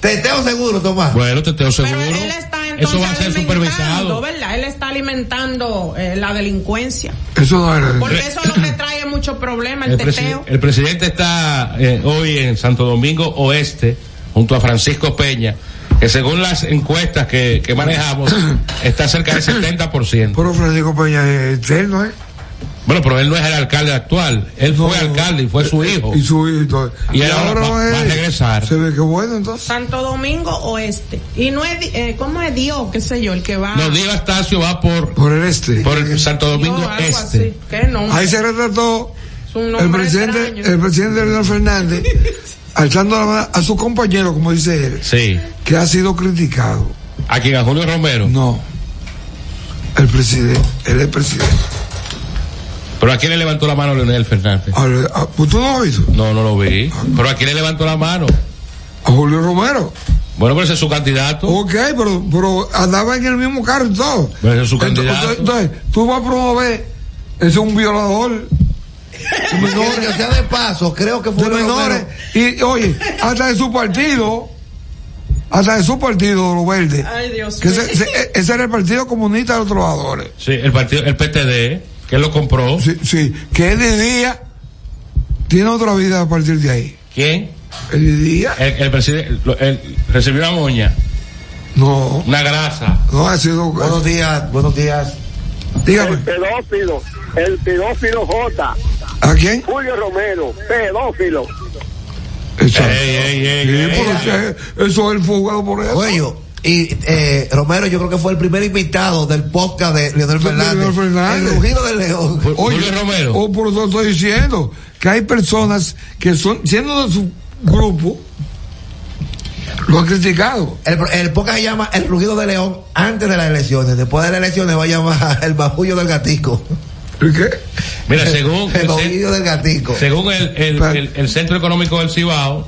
S3: Teteo Seguro, Tomás.
S5: Bueno, te tengo seguro.
S8: Pero él está entonces
S5: Eso va a ser
S8: alimentando,
S5: supervisado.
S8: ¿verdad? Él está alimentando eh, la delincuencia.
S4: Eso no era.
S8: Porque eso es lo que trae mucho problema, el,
S5: El, presi-
S8: teteo.
S5: el presidente está eh, hoy en Santo Domingo Oeste, junto a Francisco Peña, que según las encuestas que, que
S4: [coughs]
S5: manejamos, está cerca del 70%.
S4: Pero Francisco Peña es eterno, ¿eh?
S5: Bueno, pero él no es el alcalde actual. Él fue alcalde y fue su hijo.
S4: Eh, Y su hijo. entonces.
S5: Y él ahora va- va a
S4: él.
S5: regresar.
S4: Se ve que bueno, entonces.
S8: Santo Domingo Oeste. Y no es, di- eh, ¿cómo es Dios? ¿Qué sé yo? El que va.
S5: No, Diego Astacio va por,
S4: Por el este.
S5: por el Santo
S8: Dios,
S5: Domingo
S8: algo
S5: Este.
S8: así. ¿Qué nombre?
S4: Ahí se retrató
S8: Es un nombre
S4: el presidente,
S8: extraño.
S4: el presidente Leonel Fernández alzando la mano a su compañero, como dice él,
S5: Sí.
S4: que ha sido criticado.
S5: ¿A quién? ¿A Julio Romero?
S4: No. El presidente, él es presidente.
S5: ¿Pero a quién le levantó la mano Leonel Fernández?
S4: Ahora, ah, pues tú no lo has visto.
S5: No, no lo vi. ¿Pero a quién le levantó la mano?
S4: A Julio Romero.
S5: Bueno, pero ese es su candidato.
S4: Ok, pero, pero andaba en el mismo carro y todo.
S5: Pero ese es su
S4: Entonces-
S5: candidato.
S4: Entonces, tú vas a promover, ese es un violador
S3: [laughs] Que- que sea de paso, creo que fue
S4: de
S3: uno los
S4: menores. Y oye, hasta de su partido, hasta de su partido, los verdes.
S8: Ay, Dios
S4: Que
S8: mío.
S4: ese,
S8: [laughs]
S4: ese- ese era el Partido Comunista de los Trabajadores.
S5: Sí, el partido, el PTD, que él lo compró.
S4: Sí, sí, que el día tiene otra vida a partir de ahí.
S5: ¿Quién?
S4: El día,
S5: El, el presidente lo- él recibió una moña,
S4: no,
S5: una grasa.
S4: no ha sido.
S3: Buenos días, buenos días.
S7: El
S4: Dígame,
S7: pedófilo, el pedófilo J,
S4: ¿a quién?
S7: Julio Romero, pedófilo.
S4: Exacto.
S5: Ey, ey, ey,
S4: Sí,
S5: ey,
S4: pero
S5: ey.
S4: que eso es el fugado por eso.
S3: Cuello. Y eh, Romero, yo creo que fue el primer invitado del podcast de Leonel
S4: De
S3: Fernández.
S4: Leonel
S5: Ah,
S4: Fernández.
S3: El rugido del león.
S4: Oye,
S5: Julio Romero.
S4: O por eso estoy diciendo que hay personas que son, siendo de su grupo, lo han criticado.
S3: El, el podcast se llama El rugido del león antes de las elecciones. Después de las elecciones va a llamar El bajullo del gatico.
S4: ¿Y qué?
S5: Mira, según
S3: El
S5: el,
S3: bajullo
S5: cen-
S3: del gatico.
S5: según el, el-
S4: Pero-
S5: el- el Centro Económico del Cibao,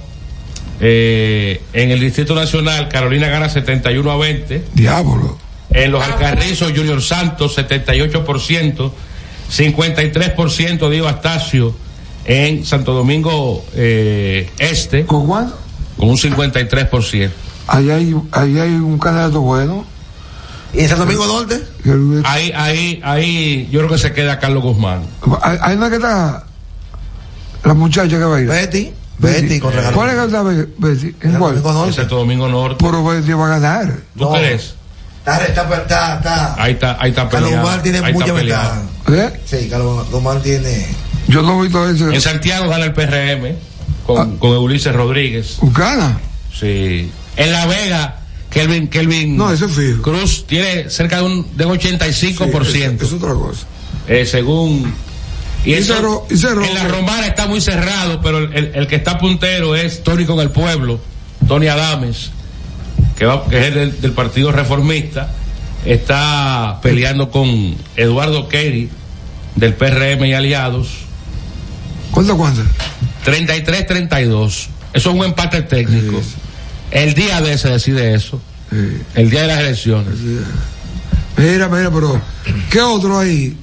S5: eh, en el Distrito Nacional, Carolina gana 71 a 20.
S4: Diablo.
S5: En los Alcarrizos, Junior Santos, 78%, 53% Diego Astacio en Santo Domingo eh, Este,
S4: ¿Con cuánto?
S5: con un 53%.
S4: Ahí hay, ahí hay un candidato bueno.
S3: ¿Y en San Domingo Norte?
S4: que lo-
S5: Ahí, ahí, ahí, yo creo que se queda Carlos Guzmán.
S4: Pues, Hay hay una que está. La muchacha que baila.
S3: Betty. Betty con regalo.
S4: ¿Cuál es que está Be- Betty? ¿En
S3: San
S4: cuál?
S3: Domingo
S5: En
S3: Norte.
S5: Santo Domingo Norte.
S4: Pero Betty va a ganar.
S5: ¿Tú
S3: No.
S5: crees?
S3: Está, está, está, está.
S5: Ahí está, ahí está
S3: Carlos
S5: peleado,
S3: Guzmán
S5: ahí
S3: tiene
S5: está
S3: mucha
S5: peleado.
S3: ventaja.
S4: ¿Eh?
S3: Sí, Carlos Guzmán tiene.
S4: Yo no he visto Ah. eso.
S5: En Santiago gana el PRM con, con Ulises Rodríguez.
S4: ¿Gana?
S5: Sí. En La Vega, Kelvin, Kelvin
S4: No, eso es fijo.
S5: Cruz tiene cerca de un, de un 85%.
S4: Sí, es, es otra cosa.
S5: eh, según y,
S4: Y
S5: eso-
S4: cerró- y cerró.
S5: en la romana está muy cerrado pero el, el- el que está puntero es Tony con el pueblo Tony Adames que, va- que es del, del Partido Reformista, está peleando con Eduardo Kerry, del PRM y aliados.
S4: ¿Cuánto, cuánto?
S5: 33-32. Eso es un empate técnico. El día de se decide eso. El día de las elecciones.
S4: Mira, mira, pero ¿qué otro hay?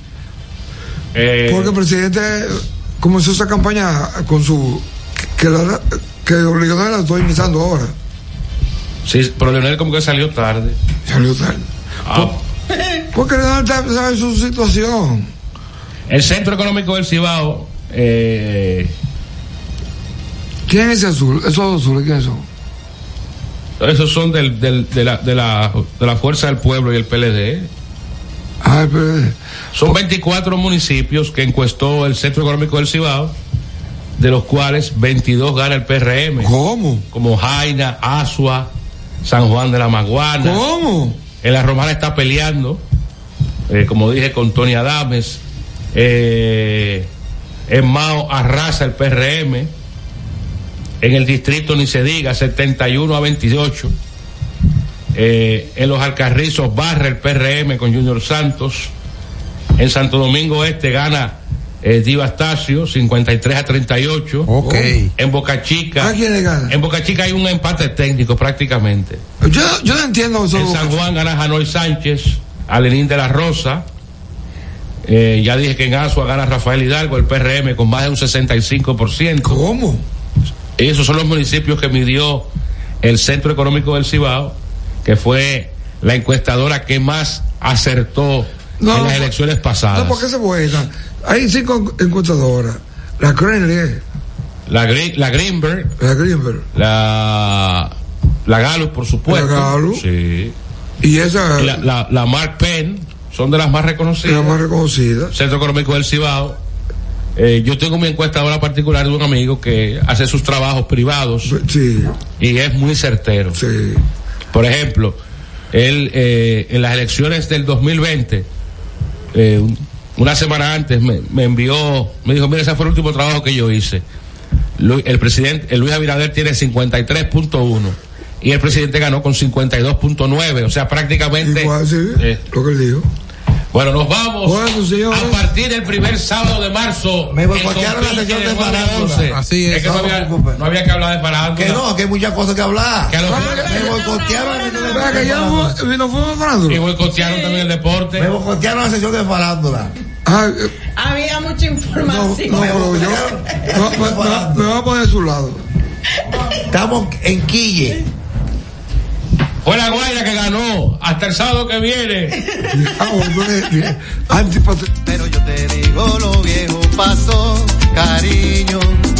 S5: Eh,
S4: Porque el presidente comenzó esa campaña con su. que, la, que obligatoriamente la estoy imitando ahora.
S5: sí, pero Leonel como que salió tarde.
S4: Salió tarde. [laughs] Porque Leonel sabe- sabe su situación.
S5: El Centro Económico del Cibao. eh,
S4: ¿Quién es ese azul? Esos dos azules, ¿quiénes son?
S5: esos son del- del- de, la, de, la, de la Fuerza del Pueblo y el PLD.
S4: Ah, el PLD.
S5: Son 24 municipios que encuestó el Centro Económico del Cibao, de los cuales 22 gana el PRM.
S4: ¿Cómo?
S5: Como Jaina, Asua, San Juan de la Maguana.
S4: ¿Cómo?
S5: En la Romana está peleando, eh, como dije, con Tony Adames. Eh, en Mao arrasa el PRM. En el distrito, ni se diga, 71 a 28. Eh, en los Alcarrizos barra el PRM con Junior Santos. En Santo Domingo Este gana eh, Divastacio 53 a 38. En Boca Chica. En Boca Chica hay un empate técnico prácticamente.
S4: Yo, yo no entiendo eso.
S5: En San Juan gana Janoy Sánchez, a Lenín de la Rosa. Eh, ya dije que en Asua gana Rafael Hidalgo, el PRM, con más de un 65%.
S4: ¿Cómo?
S5: Esos son los municipios que midió el Centro Económico del Cibao, que fue la encuestadora que más acertó
S4: No,
S5: en las
S4: no,
S5: elecciones pasadas.
S4: No, ¿por qué se vuelta? Hay cinco encuestadoras. La eh. Crenley,
S5: La, Gre- la Greenberg,
S4: la Greenberg.
S5: la, la Gallup, por supuesto.
S4: La Gallup.
S5: Sí.
S4: Y esa-
S5: La, la- la Mark Penn son de las más reconocidas.
S4: Las más reconocidas.
S5: Centro Económico del Cibao. Eh, yo tengo mi encuestadora particular de un amigo que hace sus trabajos privados. Y es muy certero. Por ejemplo, él eh, en las elecciones del 2020, eh, un- una semana antes, me, me envió, me dijo, mira, ese fue el último trabajo que yo hice. Lu- el presidente, el Luis Abinader tiene 53.1 y el presidente ganó con 52.9, o sea, prácticamente... eh,
S4: Lo que él dijo.
S5: bueno, nos vamos a partir del primer sábado de marzo.
S3: Me
S5: el
S3: boicotearon la
S5: compinche
S3: sesión de
S5: Juan
S3: farándula.
S5: Ponce.
S3: Así es,
S5: que no
S3: no
S5: había,
S3: te preocupes.
S5: no había que hablar de farándula.
S3: Que no, que hay muchas cosas que hablar. Ah,
S5: Que a los-
S3: Me boicotearon la sesión de
S4: Vea que ya
S3: farándula.
S4: no- no fuimos farándula.
S5: Y boicotearon también el deporte.
S3: Me boicotearon la sesión de farándula.
S4: Ah,
S8: Había mucha información.
S4: no, pero yo. no, me, me- me va a poner a su lado.
S3: Estamos en Quille.
S5: Fue la Guaira que ganó. Hasta el sábado que
S3: [laughs]
S5: viene.
S3: Ah, eh,
S11: Pero yo te digo lo viejo pasó, cariño.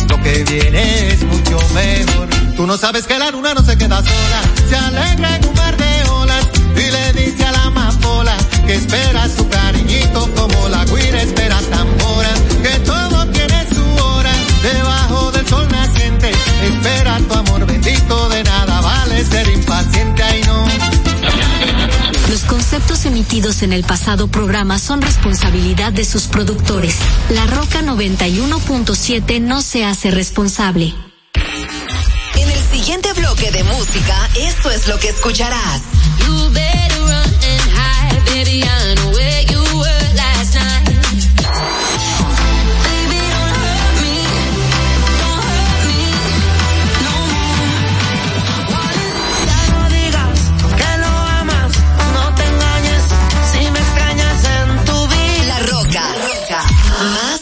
S11: Lo que viene es mucho mejor. Tú no sabes que la luna no se queda sola. Se alegra en un mar de olas y le dice a la amapola que espera su cariñito como la guira espera tambora. Que todo tiene su hora debajo del sol naciente. Espera tu amor bendito, de nada vale ser impaciente, ay no.
S14: Los conceptos emitidos en el pasado programa son responsabilidad de sus productores. La Roca 91.7 no se hace responsable.
S15: En el siguiente bloque de música, esto es lo que escucharás.
S10: You better run and hide, baby. I know where you were last night. Baby, don't hurt me, don't hurt me no more.
S16: No digas que lo amas, no te engañes si me extrañas en tu vida.
S15: La Roca, más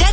S15: Ya